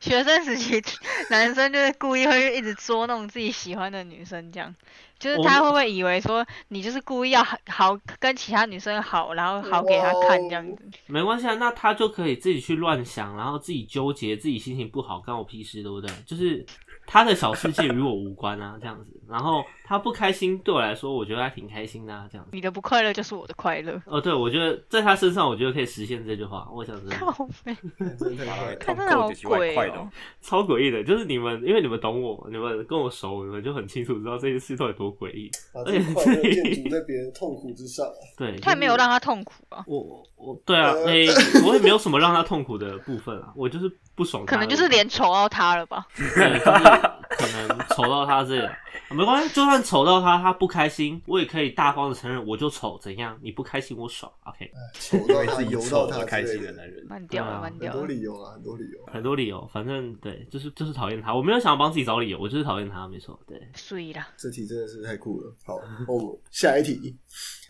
[SPEAKER 3] 学生时期男生就是故意会一直捉弄自己喜欢的女生这样，就是
[SPEAKER 1] 我
[SPEAKER 3] 他
[SPEAKER 1] 们
[SPEAKER 3] 会不会以为说你就是故意要好好跟其他女生好，然后好给他看这样子？
[SPEAKER 1] 没关系啊，那他就可以自己去乱想，然后自己纠结，自己心情不好，关我屁事，对不对？就是他的小世界与我无关啊，这样子。然后他不开心，对我来说，我觉得还挺开心的、啊，这样子。
[SPEAKER 3] 你的不快乐就是我的快乐。
[SPEAKER 1] 哦，对，我觉得在他身上，我觉得可以实现这句话。我想真的
[SPEAKER 3] 靠背，
[SPEAKER 2] 真的太坏了
[SPEAKER 1] [laughs]
[SPEAKER 3] 他
[SPEAKER 4] 看
[SPEAKER 3] 真的好
[SPEAKER 4] 怪
[SPEAKER 3] 鬼
[SPEAKER 4] 怪的
[SPEAKER 3] 哦
[SPEAKER 4] 哦。
[SPEAKER 1] 超诡异的，就是你们，因为你们懂我，你们跟我熟，你们就很清楚知道这件事到底多诡异。
[SPEAKER 2] 把自己的快乐建筑在别人的痛苦
[SPEAKER 1] [laughs]
[SPEAKER 2] 之上。
[SPEAKER 1] 对，
[SPEAKER 3] 他也没有
[SPEAKER 1] 就是
[SPEAKER 3] 让他痛苦啊，
[SPEAKER 1] 我我对啊，
[SPEAKER 2] 呃
[SPEAKER 1] 诶、我也没有什么让他痛苦的部分啊，我就是不爽他
[SPEAKER 3] 可
[SPEAKER 1] 而已，
[SPEAKER 3] 能就是连愁到他了吧。
[SPEAKER 1] 对，就是可能丑到他这样，啊没关系，就算丑到他，他不开心，我也可以大方的承认，我就丑，怎样？你不开心，我爽，OK，
[SPEAKER 2] 丑
[SPEAKER 4] 因
[SPEAKER 2] 到
[SPEAKER 4] 为
[SPEAKER 2] 他，
[SPEAKER 4] 自己
[SPEAKER 2] 油
[SPEAKER 4] 丑
[SPEAKER 2] 到
[SPEAKER 4] 而
[SPEAKER 2] 他
[SPEAKER 4] 开
[SPEAKER 2] 啊之
[SPEAKER 4] 心
[SPEAKER 2] 类
[SPEAKER 4] 的
[SPEAKER 2] 的，
[SPEAKER 4] 男人，
[SPEAKER 3] 慢掉
[SPEAKER 1] 对啊
[SPEAKER 3] 了，慢
[SPEAKER 2] 很
[SPEAKER 3] 掉
[SPEAKER 2] 多
[SPEAKER 3] 了。
[SPEAKER 2] 理由啊，很多理由。
[SPEAKER 1] 很多理由，反正对，就是就是讨厌他，我没有想要帮自己找理由，我就是讨厌他，没错，对，
[SPEAKER 3] 碎啦，
[SPEAKER 2] 这题真的是太酷了。好，我们下一题。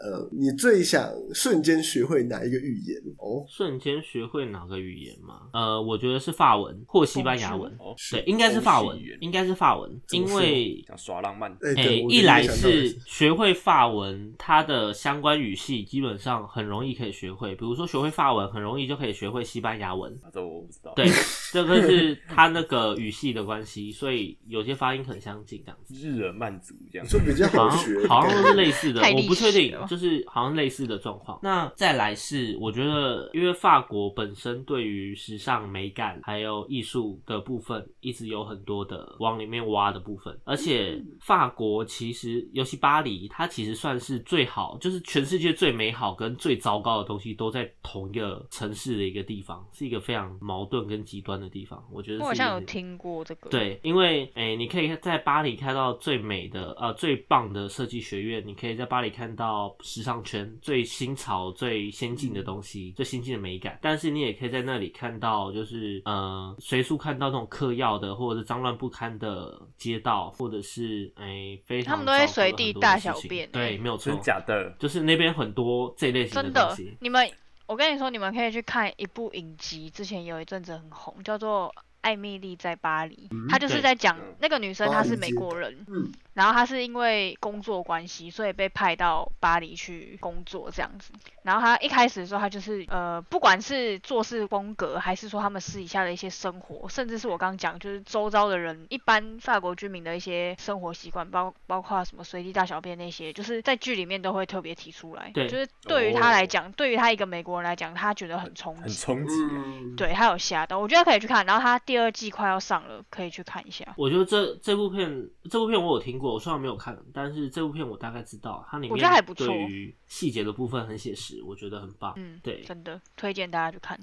[SPEAKER 2] 呃，你最想瞬间学会哪一个语言？哦，
[SPEAKER 1] 瞬间学会哪个语言吗？呃，我觉得是法文或西班牙文，
[SPEAKER 4] 哦，
[SPEAKER 1] 对，应该是法文
[SPEAKER 4] 西语言，
[SPEAKER 1] 应该是法文，
[SPEAKER 2] 怎么
[SPEAKER 1] 因
[SPEAKER 2] 说
[SPEAKER 1] 为
[SPEAKER 4] 想耍浪漫，
[SPEAKER 1] 诶、
[SPEAKER 2] 哎、对，我
[SPEAKER 1] 一
[SPEAKER 2] 也
[SPEAKER 1] 来
[SPEAKER 2] 想到的
[SPEAKER 1] 是学会法文，它的相关语系基本上很容易可以学会，比如说学会法文，很容易就可以学会西班牙文。
[SPEAKER 4] 啊这我不知道。
[SPEAKER 2] [laughs]
[SPEAKER 1] 对，这个是它那个语系的关系，所以有些发音很相近，这样子。
[SPEAKER 4] 日耳曼族这样
[SPEAKER 2] 你，说比较
[SPEAKER 1] 好
[SPEAKER 2] 好学，
[SPEAKER 1] 像好像是类似的
[SPEAKER 3] 太，
[SPEAKER 1] 我
[SPEAKER 3] 历
[SPEAKER 1] 不确
[SPEAKER 3] 史
[SPEAKER 1] 定
[SPEAKER 3] 了，
[SPEAKER 1] 就是好像类似的状况。那再来是，我觉得因为法国本身对于时尚美感还有艺术的部分，一直有很多的往里面挖的部分，而且
[SPEAKER 3] 嗯
[SPEAKER 1] 法国其实，尤其巴黎，它其实算是最好，就是全世界最美好跟最糟糕的东西都在同一个城市的一个地方，是一个非常矛盾跟极端的地方。我觉得
[SPEAKER 3] 我
[SPEAKER 1] 是
[SPEAKER 3] 好
[SPEAKER 1] 一个
[SPEAKER 3] 像有听过这个。，
[SPEAKER 1] 对，因为诶、你可以在巴黎看到最美的呃最棒的设计学院，你可以在巴黎看到时尚圈最新潮、最先进的东
[SPEAKER 3] 嗯
[SPEAKER 1] 西、最先进的美感。但是你也可以在那里看到，就是呃随处看到那种嗑药的，或者是脏乱不堪的街道，或者是诶、非常
[SPEAKER 3] 他们都会
[SPEAKER 1] 糟糕的
[SPEAKER 3] 随
[SPEAKER 1] 很
[SPEAKER 3] 地
[SPEAKER 1] 多
[SPEAKER 3] 大
[SPEAKER 1] 的事
[SPEAKER 3] 小
[SPEAKER 1] 情
[SPEAKER 3] 便
[SPEAKER 1] 对，
[SPEAKER 3] 欸
[SPEAKER 1] 没有错
[SPEAKER 4] 真，假的？
[SPEAKER 1] 就是那边很多这类型
[SPEAKER 3] 真
[SPEAKER 1] 的东
[SPEAKER 3] 的
[SPEAKER 1] 西，。
[SPEAKER 3] 你们，我跟你说，你们可以去看一部影集，之前有一阵子很红，叫做《艾米丽在巴黎》，她就是
[SPEAKER 1] 对
[SPEAKER 3] 在讲
[SPEAKER 4] 嗯
[SPEAKER 3] 那个女生
[SPEAKER 2] 巴
[SPEAKER 3] 她
[SPEAKER 2] 黎
[SPEAKER 3] 是美
[SPEAKER 2] 街
[SPEAKER 3] 国人，
[SPEAKER 2] 嗯，
[SPEAKER 3] 然后她是因为工作关系，所以被派到巴黎去工作这样子。然后她一开始的时候，她就是呃，不管是做事风格，还是说他们私底下的一些生活，甚至是我刚刚讲，就是周遭的人，一般法国居民的一些生活习惯，包包括什么随地大小便那些，就是在剧里面都会特别提出来。
[SPEAKER 1] 对
[SPEAKER 3] 就是对于他
[SPEAKER 4] 哦
[SPEAKER 3] 来讲，对于他一个美国人来讲，他觉得很冲
[SPEAKER 4] 很
[SPEAKER 3] 击。
[SPEAKER 4] 冲击。
[SPEAKER 2] 嗯，
[SPEAKER 3] 对他有吓到，我觉得可以去看。然后他第二季快要上了，可以去看一下。
[SPEAKER 1] 我觉得这这部片，这部片我有听过，我虽然没有看，但是这部片我大概知道，它里面
[SPEAKER 3] 我觉得还不错
[SPEAKER 1] 对于细节的部分很写实，我觉得很棒。
[SPEAKER 3] 嗯，
[SPEAKER 1] 对
[SPEAKER 3] 真的推荐大家去看。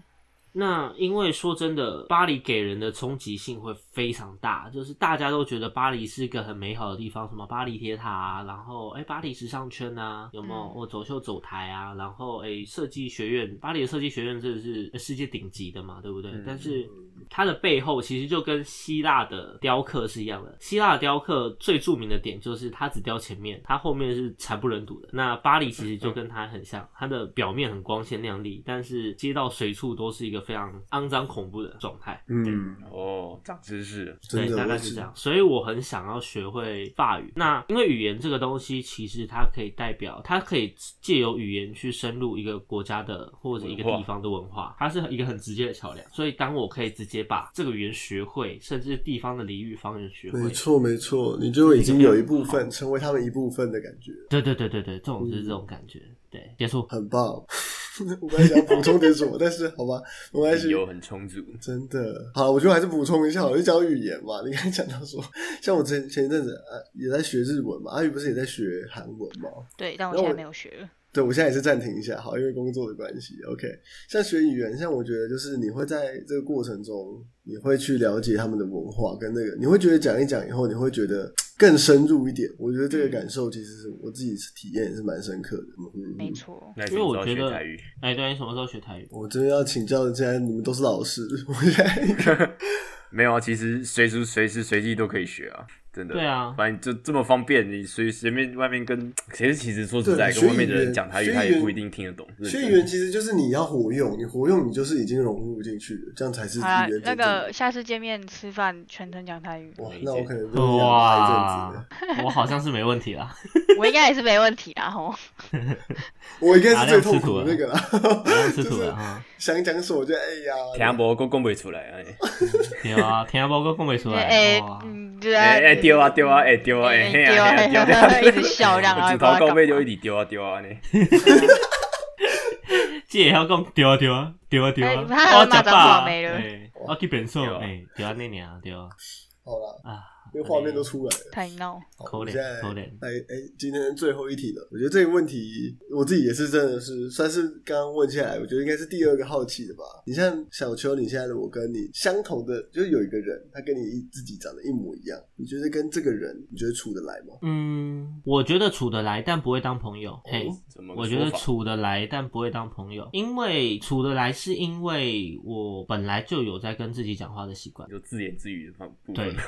[SPEAKER 1] 那因为说真的，巴黎给人的冲击性会非常大，就是大家都觉得巴黎是一个很美好的地方，什么巴黎铁塔啊，然后哎、巴黎时尚圈啊，有没有
[SPEAKER 3] 嗯
[SPEAKER 1] 我走秀走台啊，然后哎、设计学院，巴黎的设计学院真的是世界顶级的嘛，对不对？
[SPEAKER 4] 嗯
[SPEAKER 1] 但是它的背后其实就跟希腊的雕刻是一样的，希腊的雕刻最著名的点就是它只雕前面，它后面是惨不忍睹的。那巴黎其实就跟它很像，它的表面很光鲜亮丽，但是街道随处都是一个非常肮脏恐怖的状态。
[SPEAKER 2] 嗯，
[SPEAKER 4] 哦，长知识了。
[SPEAKER 2] 真
[SPEAKER 1] 对，
[SPEAKER 2] 的
[SPEAKER 1] 大概
[SPEAKER 2] 我
[SPEAKER 1] 是
[SPEAKER 2] 是
[SPEAKER 1] 这样。所以我很想要学会法语。那因为语言这个东西，其实它可以代表，它可以借由语言去深入一个国家的或者一个
[SPEAKER 4] 文化
[SPEAKER 1] 地方的文化，它是一个很直接的桥梁。所以当我可以直接把这个语言学会，甚至地方的俚语方言学会，
[SPEAKER 2] 没错没错，你就已经有一部分成为他们一部分的感觉，
[SPEAKER 1] 对对对对对，这种就是这种感觉。对，结束。
[SPEAKER 2] 嗯很棒。 [laughs] 我本来想补充点什么，但是好吧，没关系
[SPEAKER 4] 理。由很充足。
[SPEAKER 2] 真的，好，我觉得还是补充一下好了，就讲语言嘛。你刚才讲到说，像我前前一阵子啊也在学日文嘛，阿宇不是也在学韩文吗？
[SPEAKER 3] 对，但我
[SPEAKER 2] 那
[SPEAKER 3] 现在
[SPEAKER 2] 我
[SPEAKER 3] 没有学。
[SPEAKER 2] 对，我现在也是暂停一下，好，因为工作的关系。OK，像学语言，像我觉得就是你会在这个过程中，你会去了解他们的文化跟那个，你会觉得讲一讲以后，你会觉得更深入一点。我觉得
[SPEAKER 4] 嗯
[SPEAKER 2] 这个感受其实是我自己是体验也是蛮深刻的。嗯
[SPEAKER 3] 没错，
[SPEAKER 4] 那你
[SPEAKER 1] 因为我
[SPEAKER 4] 要
[SPEAKER 1] 觉
[SPEAKER 4] 学
[SPEAKER 1] 得
[SPEAKER 4] 台语，
[SPEAKER 1] 哎，对，你什么时候学台语？
[SPEAKER 2] 我这边要请教的，现在你们都是老师，我现
[SPEAKER 4] [laughs]
[SPEAKER 2] 在
[SPEAKER 4] 没有啊，其实随时随时随地都可以学啊，真的。
[SPEAKER 1] 对啊
[SPEAKER 4] 反正就这么方便，你随随便外面跟，其实其实说实
[SPEAKER 2] 对
[SPEAKER 4] 在，
[SPEAKER 2] 学
[SPEAKER 4] 跟外面的
[SPEAKER 2] 语
[SPEAKER 4] 人
[SPEAKER 2] 言
[SPEAKER 4] 讲台语，
[SPEAKER 2] 学
[SPEAKER 4] 他
[SPEAKER 2] 语
[SPEAKER 4] 也
[SPEAKER 2] 言
[SPEAKER 4] 不一定听得懂。
[SPEAKER 2] 学语言其实就是你要活用，你活用你就是已经融入进去了，这样才是语
[SPEAKER 3] 好啦
[SPEAKER 2] 言，
[SPEAKER 3] 那
[SPEAKER 2] 真正
[SPEAKER 3] 个
[SPEAKER 2] 的。
[SPEAKER 3] 下次见面吃饭全程讲台语，
[SPEAKER 2] 哇，那我可能就是要拉一阵子
[SPEAKER 1] 哇
[SPEAKER 2] 了。，
[SPEAKER 1] 我好像是没问题
[SPEAKER 2] [laughs]
[SPEAKER 1] 啦。
[SPEAKER 3] 我应该也是没问题啦吼。
[SPEAKER 2] 我应该是最痛苦的那个啦，
[SPEAKER 1] 我要吃
[SPEAKER 2] 就
[SPEAKER 1] 土
[SPEAKER 2] 是
[SPEAKER 1] 了嗯哈，
[SPEAKER 2] 想讲什么就哎呀，
[SPEAKER 4] 听不够讲不出来哎。
[SPEAKER 1] 对啊，听下报告讲不出
[SPEAKER 3] [laughs]
[SPEAKER 1] 来
[SPEAKER 3] 哎
[SPEAKER 1] 哇，。
[SPEAKER 3] 嗯，对啊，
[SPEAKER 4] 哎哎丢啊丢啊哎丢啊哎嘿啊
[SPEAKER 3] 丢啊
[SPEAKER 4] 嘿啊丢
[SPEAKER 3] 嘿啊
[SPEAKER 4] 啊，
[SPEAKER 3] 一直笑这样然后
[SPEAKER 4] 我
[SPEAKER 3] 也
[SPEAKER 4] 指
[SPEAKER 3] 不知道干
[SPEAKER 4] 头到
[SPEAKER 3] 嘛
[SPEAKER 4] 尾就一直丢啊丢啊呢。
[SPEAKER 1] 这也要讲对啊对啊对啊对
[SPEAKER 3] 哎
[SPEAKER 1] 啊，
[SPEAKER 3] 你看他
[SPEAKER 1] 我
[SPEAKER 3] 骂
[SPEAKER 1] 吃
[SPEAKER 3] 脏
[SPEAKER 1] 饱啊
[SPEAKER 3] 话没了
[SPEAKER 1] 哎我去变瘦
[SPEAKER 4] 对啊
[SPEAKER 1] 哎，对啊那年啊对啊
[SPEAKER 2] 好啦，
[SPEAKER 1] 啊，
[SPEAKER 2] 那画面都出来了。
[SPEAKER 3] 太闹。
[SPEAKER 2] 好
[SPEAKER 1] 可怜
[SPEAKER 2] 我们现在
[SPEAKER 1] 可怜
[SPEAKER 2] 哎哎，今天最后一题了。我觉得这个问题我自己也是真的是算是刚刚问下来，我觉得应该是第二个好奇的吧。你像小邱，你现在的我跟你相同的，就是有一个人，他跟你一自己长得一模一样，你觉得跟这个人，你觉得处得来吗？
[SPEAKER 1] 嗯，我觉得处得来，但不会当朋友。嘿、
[SPEAKER 2] 嗯
[SPEAKER 4] 怎么个
[SPEAKER 1] 我觉得
[SPEAKER 4] 哦说法
[SPEAKER 1] 处得来，但不会当朋友，因为处得来是因为我本来就有在跟自己讲话的习惯，
[SPEAKER 4] 就自言自语的方部
[SPEAKER 1] 对
[SPEAKER 4] 分，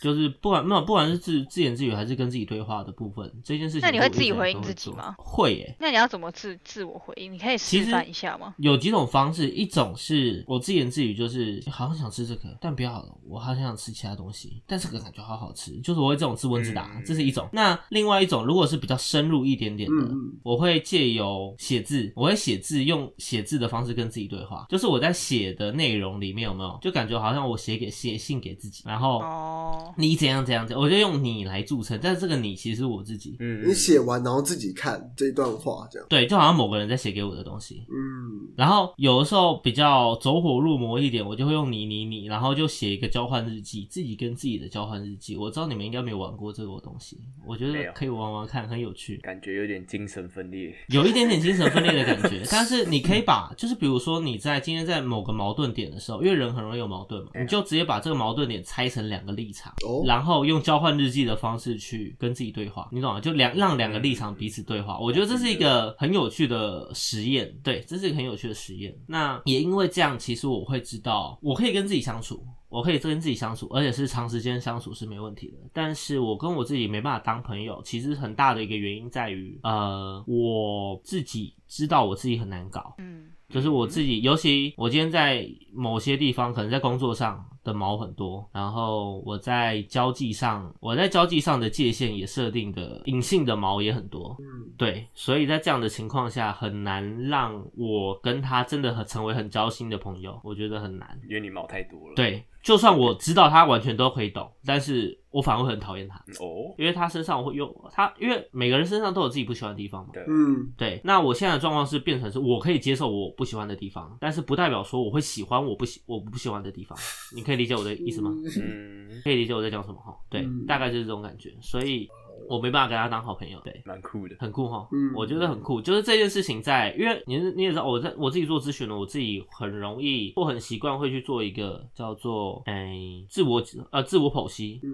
[SPEAKER 1] 就是不管没有，不管是自自言自语还是跟自己对话的部分，这件事情
[SPEAKER 3] 那你
[SPEAKER 1] 我
[SPEAKER 3] 会
[SPEAKER 1] 一
[SPEAKER 3] 自己
[SPEAKER 1] 直以来都
[SPEAKER 3] 回应
[SPEAKER 1] 会
[SPEAKER 3] 自己
[SPEAKER 1] 做
[SPEAKER 3] 吗
[SPEAKER 1] 会耶、
[SPEAKER 3] 那你要怎么自自我回应？你可以
[SPEAKER 1] 其
[SPEAKER 3] 示
[SPEAKER 1] 实
[SPEAKER 3] 范一下吗？
[SPEAKER 1] 有几种方式，一种是我自言自语，就是好像想吃这个，但不要了，我好想吃其他东西，但这个感觉好好吃，就是我会这种自问自答，
[SPEAKER 4] 嗯
[SPEAKER 1] 这是一种。那另外一种，如果是比较深入一点点的，
[SPEAKER 2] 嗯嗯
[SPEAKER 1] 我会借由写字，我会写字，用写字的方式跟自己对话，就是我在写的内容里面有没有，就感觉好像我写给写信给自己，然后。
[SPEAKER 3] 哦，
[SPEAKER 1] 你怎样怎样怎样，我就用你来著称，但是这个你其实是我自己，
[SPEAKER 4] 嗯，
[SPEAKER 2] 你写完然后自己看这段话，这样。
[SPEAKER 1] 对，就好像某个人在写给我的东西，
[SPEAKER 2] 嗯，
[SPEAKER 1] 然后有的时候比较走火入魔一点，我就会用你你你，然后就写一个交换日记，自己跟自己的交换日记。我知道你们应该没有玩过这个东西，我觉
[SPEAKER 4] 没
[SPEAKER 1] 得
[SPEAKER 4] 有
[SPEAKER 1] 可以玩玩看，很有趣，
[SPEAKER 4] 感觉有点精神分裂。
[SPEAKER 1] 有一点点精神分裂的感觉。但是你可以把，就是比如说你在今天在某个矛盾点的时候，因为人很容易有矛盾嘛，
[SPEAKER 4] 对啊
[SPEAKER 1] 你就直接把这个矛盾点拆成两个立场，
[SPEAKER 2] 哦，
[SPEAKER 1] 然后用交换日记的方式去跟自己对话，你懂吗？就两让两个立场彼此对话，我觉得这是一个很有趣的实验，对，这是一个很有趣的实验。那也因为这样，其实我会知道，我可以跟自己相处。我可以跟自己相处，而且是长时间相处是没问题的。但是我跟我自己没办法当朋友，其实很大的一个原因在于，呃，我自己知道我自己很难搞，
[SPEAKER 3] 嗯，
[SPEAKER 1] 就是我自己，尤其我今天在某些地方，可能在工作上的毛很多，然后我在交际上，我在交际上的界限也设定的隐性的毛也很多，
[SPEAKER 2] 嗯，
[SPEAKER 1] 对，所以在这样的情况下，很难让我跟他真的很成为很交心的朋友，我觉得很难。
[SPEAKER 4] 因为你毛太多了。，
[SPEAKER 1] 对，就算我知道他完全都可以懂，但是我反而会很讨厌他，
[SPEAKER 4] 哦，
[SPEAKER 1] 因为他身上我会有他，因为每个人身上都有自己不喜欢的地方嘛。
[SPEAKER 4] 对，
[SPEAKER 2] 嗯，
[SPEAKER 1] 对，那我现在的状况是变成是我可以接受我不喜欢的地方，但是不代表说我会喜欢我不喜我不喜欢的地方。你可以理解我的意思吗？
[SPEAKER 4] 嗯，
[SPEAKER 1] 可以理解我在讲什么哈？对，
[SPEAKER 2] 嗯
[SPEAKER 1] 大概就是这种感觉，所以我没办法跟他当好朋友。对。
[SPEAKER 4] 蛮酷的。
[SPEAKER 1] 很酷哈，
[SPEAKER 2] 嗯
[SPEAKER 1] 我觉得很酷，就是这件事情在，因为你你也知道，我在我自己做咨询呢，我自己很容易或很习惯会去做一个叫做哎、自我呃自我剖析，
[SPEAKER 2] 嗯，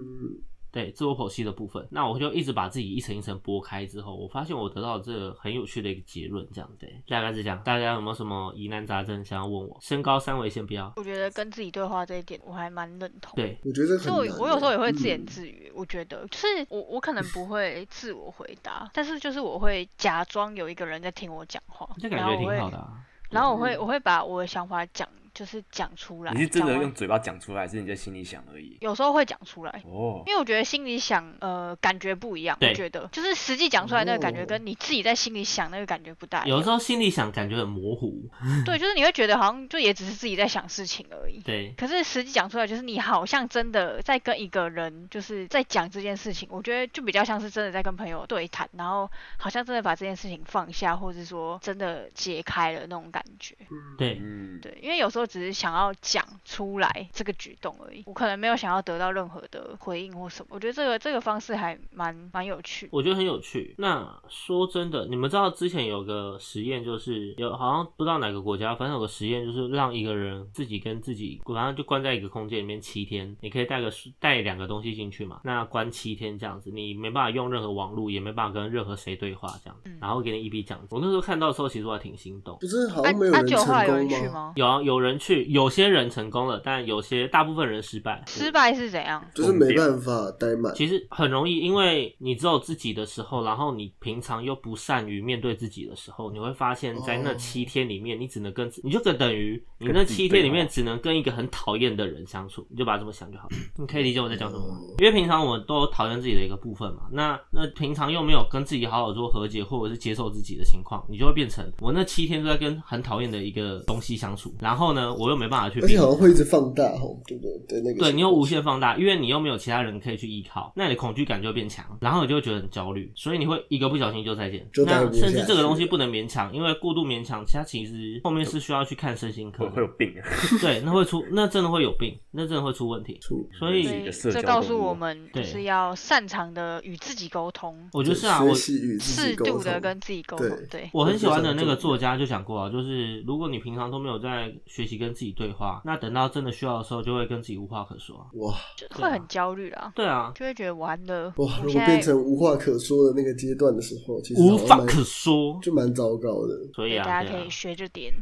[SPEAKER 1] 对自我剖析的部分，那我就一直把自己一层一层剥开之后，我发现我得到这个很有趣的一个结论，这样对，大概是这样。大家有没有什么疑难杂症想要问我？身高三围线不要，
[SPEAKER 3] 我觉得跟自己对话这一点我还蛮认同。
[SPEAKER 1] 对，
[SPEAKER 2] 我觉得这
[SPEAKER 3] 所
[SPEAKER 2] 很难
[SPEAKER 3] 以
[SPEAKER 2] 耶。
[SPEAKER 3] 我我有时候也会自言
[SPEAKER 2] 嗯
[SPEAKER 3] 自语，我觉得就是我我可能不会自我回答，但是就是我会假装有一个人在听我讲话，
[SPEAKER 1] 这感
[SPEAKER 3] 然后
[SPEAKER 1] 觉
[SPEAKER 3] 我
[SPEAKER 1] 挺好
[SPEAKER 3] 会
[SPEAKER 1] 的、啊。
[SPEAKER 3] 然后我会我会把我的想法讲就是讲出来。
[SPEAKER 4] 嗯你是真
[SPEAKER 3] 讲
[SPEAKER 4] 的
[SPEAKER 3] 完
[SPEAKER 4] 用嘴巴讲出来，还是你在心里想而已？
[SPEAKER 3] 有时候会讲出来，
[SPEAKER 4] 哦，
[SPEAKER 3] 因为我觉得心里想，呃，感觉不一样。我
[SPEAKER 1] 对
[SPEAKER 3] 觉得就是实际讲出来那个感
[SPEAKER 2] 哦
[SPEAKER 3] 觉，跟你自己在心里想那个感觉不大一
[SPEAKER 1] 有
[SPEAKER 3] 样。
[SPEAKER 1] 时候心里想感觉很模糊，
[SPEAKER 3] 对，就是你会觉得好像就也只是自己在想事情而已。
[SPEAKER 1] 对，
[SPEAKER 3] 可是实际讲出来，就是你好像真的在跟一个人，就是在讲这件事情。我觉得就比较像是真的在跟朋友对谈，然后好像真的把这件事情放下，或者是说真的解开了那种感觉。
[SPEAKER 1] 对，
[SPEAKER 4] 嗯，
[SPEAKER 3] 对，因为有时候只是想要讲出来这个举动而已，我可能没有想要得到任何的回应或什么。我觉得这个这个方式还蛮蛮有趣的。
[SPEAKER 1] 我觉得很有趣。那说真的，你们知道之前有个实验，就是有好像不知道哪个国家，反正有个实验，就是让一个人自己跟自己，反正就关在一个空间里面七天，你可以带个带两个东西进去嘛，那关七天这样子，你没办法用任何网络，也没办法跟任何谁对话这样子
[SPEAKER 3] 嗯，
[SPEAKER 1] 然后给你一笔奖金。我那时候看到的时候，其实我还挺心动。
[SPEAKER 2] 不是好
[SPEAKER 3] 啊
[SPEAKER 2] 像没有
[SPEAKER 3] 啊，
[SPEAKER 2] 人
[SPEAKER 3] 就
[SPEAKER 2] 成
[SPEAKER 3] 后来有人
[SPEAKER 2] 功
[SPEAKER 3] 去
[SPEAKER 2] 吗？
[SPEAKER 3] 吗？
[SPEAKER 1] 有啊，有人去，有些人成功了，但有些大部分人失败。
[SPEAKER 3] 失败是怎样？
[SPEAKER 2] 就是没办法待满，
[SPEAKER 1] 其实很容易，因为你只有自己的时候，然后你平常又不善于面对自己的时候，你会发现在那
[SPEAKER 2] 哦
[SPEAKER 1] 七天里面，你只能跟自，你就等于你
[SPEAKER 4] 跟
[SPEAKER 1] 那
[SPEAKER 4] 自己
[SPEAKER 1] 七
[SPEAKER 4] 对
[SPEAKER 1] 天里面
[SPEAKER 4] 话
[SPEAKER 1] 只能跟一个很讨厌的人相处，你就把它这么想就好。你可以理解我在讲什么吗？
[SPEAKER 4] 哦
[SPEAKER 1] 因为平常我都讨厌自己的一个部分嘛，那那平常又没有跟自己好好做和解，或者是接受自己的情况，你就会变成我那七天都在跟很讨厌的一个东西相处，然后呢，我又没办法去
[SPEAKER 2] 而
[SPEAKER 1] 变
[SPEAKER 2] 且好像会一直放大吼，对不对？对那个
[SPEAKER 1] 对
[SPEAKER 2] 情
[SPEAKER 1] 你又
[SPEAKER 2] 况
[SPEAKER 1] 无限放大，因为你又没有其他人可以去依靠，那你的恐惧感就会变强，然后你就会觉得很焦虑，所以你会一个不小心就再见。
[SPEAKER 2] 就待
[SPEAKER 1] 那
[SPEAKER 2] 不
[SPEAKER 1] 甚
[SPEAKER 2] 下
[SPEAKER 1] 至这
[SPEAKER 2] 去
[SPEAKER 1] 个东西
[SPEAKER 2] 了
[SPEAKER 1] 不能勉强，因为过度勉强，它其实后面是需要去看身心科
[SPEAKER 4] 会
[SPEAKER 1] 的。
[SPEAKER 4] 会有病，啊
[SPEAKER 1] 对，那会出，那真的会有病，那真的会出问题。
[SPEAKER 2] 出
[SPEAKER 1] 所
[SPEAKER 4] 对
[SPEAKER 1] 以
[SPEAKER 4] 自己的
[SPEAKER 3] 所
[SPEAKER 4] 社
[SPEAKER 3] 以这
[SPEAKER 4] 交
[SPEAKER 3] 告
[SPEAKER 4] 动
[SPEAKER 3] 诉
[SPEAKER 4] 物
[SPEAKER 3] 我
[SPEAKER 4] 啊
[SPEAKER 3] 们
[SPEAKER 1] 对
[SPEAKER 3] 就是要擅长的与自己沟通，
[SPEAKER 1] 我觉得是啊，
[SPEAKER 2] 学
[SPEAKER 1] 我
[SPEAKER 2] 习与自己
[SPEAKER 3] 适
[SPEAKER 2] 沟
[SPEAKER 3] 度的
[SPEAKER 2] 通
[SPEAKER 3] 跟自己沟
[SPEAKER 2] 对
[SPEAKER 3] 通。对，
[SPEAKER 1] 我很喜欢的那
[SPEAKER 2] 这
[SPEAKER 1] 个
[SPEAKER 2] 是重
[SPEAKER 1] 作家就讲过啊，就是如果你平常都没有在学习跟自己对话，那等到真的需要的时候，就会跟自己无话可说啊。
[SPEAKER 2] 哇
[SPEAKER 3] 就
[SPEAKER 1] 对
[SPEAKER 3] 会
[SPEAKER 1] 啊
[SPEAKER 3] 很焦虑啦，
[SPEAKER 1] 对啊，
[SPEAKER 3] 就会觉得完了，我
[SPEAKER 2] 哇！如果
[SPEAKER 3] 现
[SPEAKER 2] 变
[SPEAKER 3] 在
[SPEAKER 2] 成无话可说的那个阶段的时候，其实
[SPEAKER 1] 无
[SPEAKER 2] 好像
[SPEAKER 1] 话
[SPEAKER 2] 蛮
[SPEAKER 1] 可说。
[SPEAKER 2] 就蛮糟糕的。
[SPEAKER 1] 所以
[SPEAKER 3] 对
[SPEAKER 1] 啊，
[SPEAKER 3] 大家
[SPEAKER 1] 对
[SPEAKER 3] 可
[SPEAKER 1] 啊
[SPEAKER 3] 以，学着点，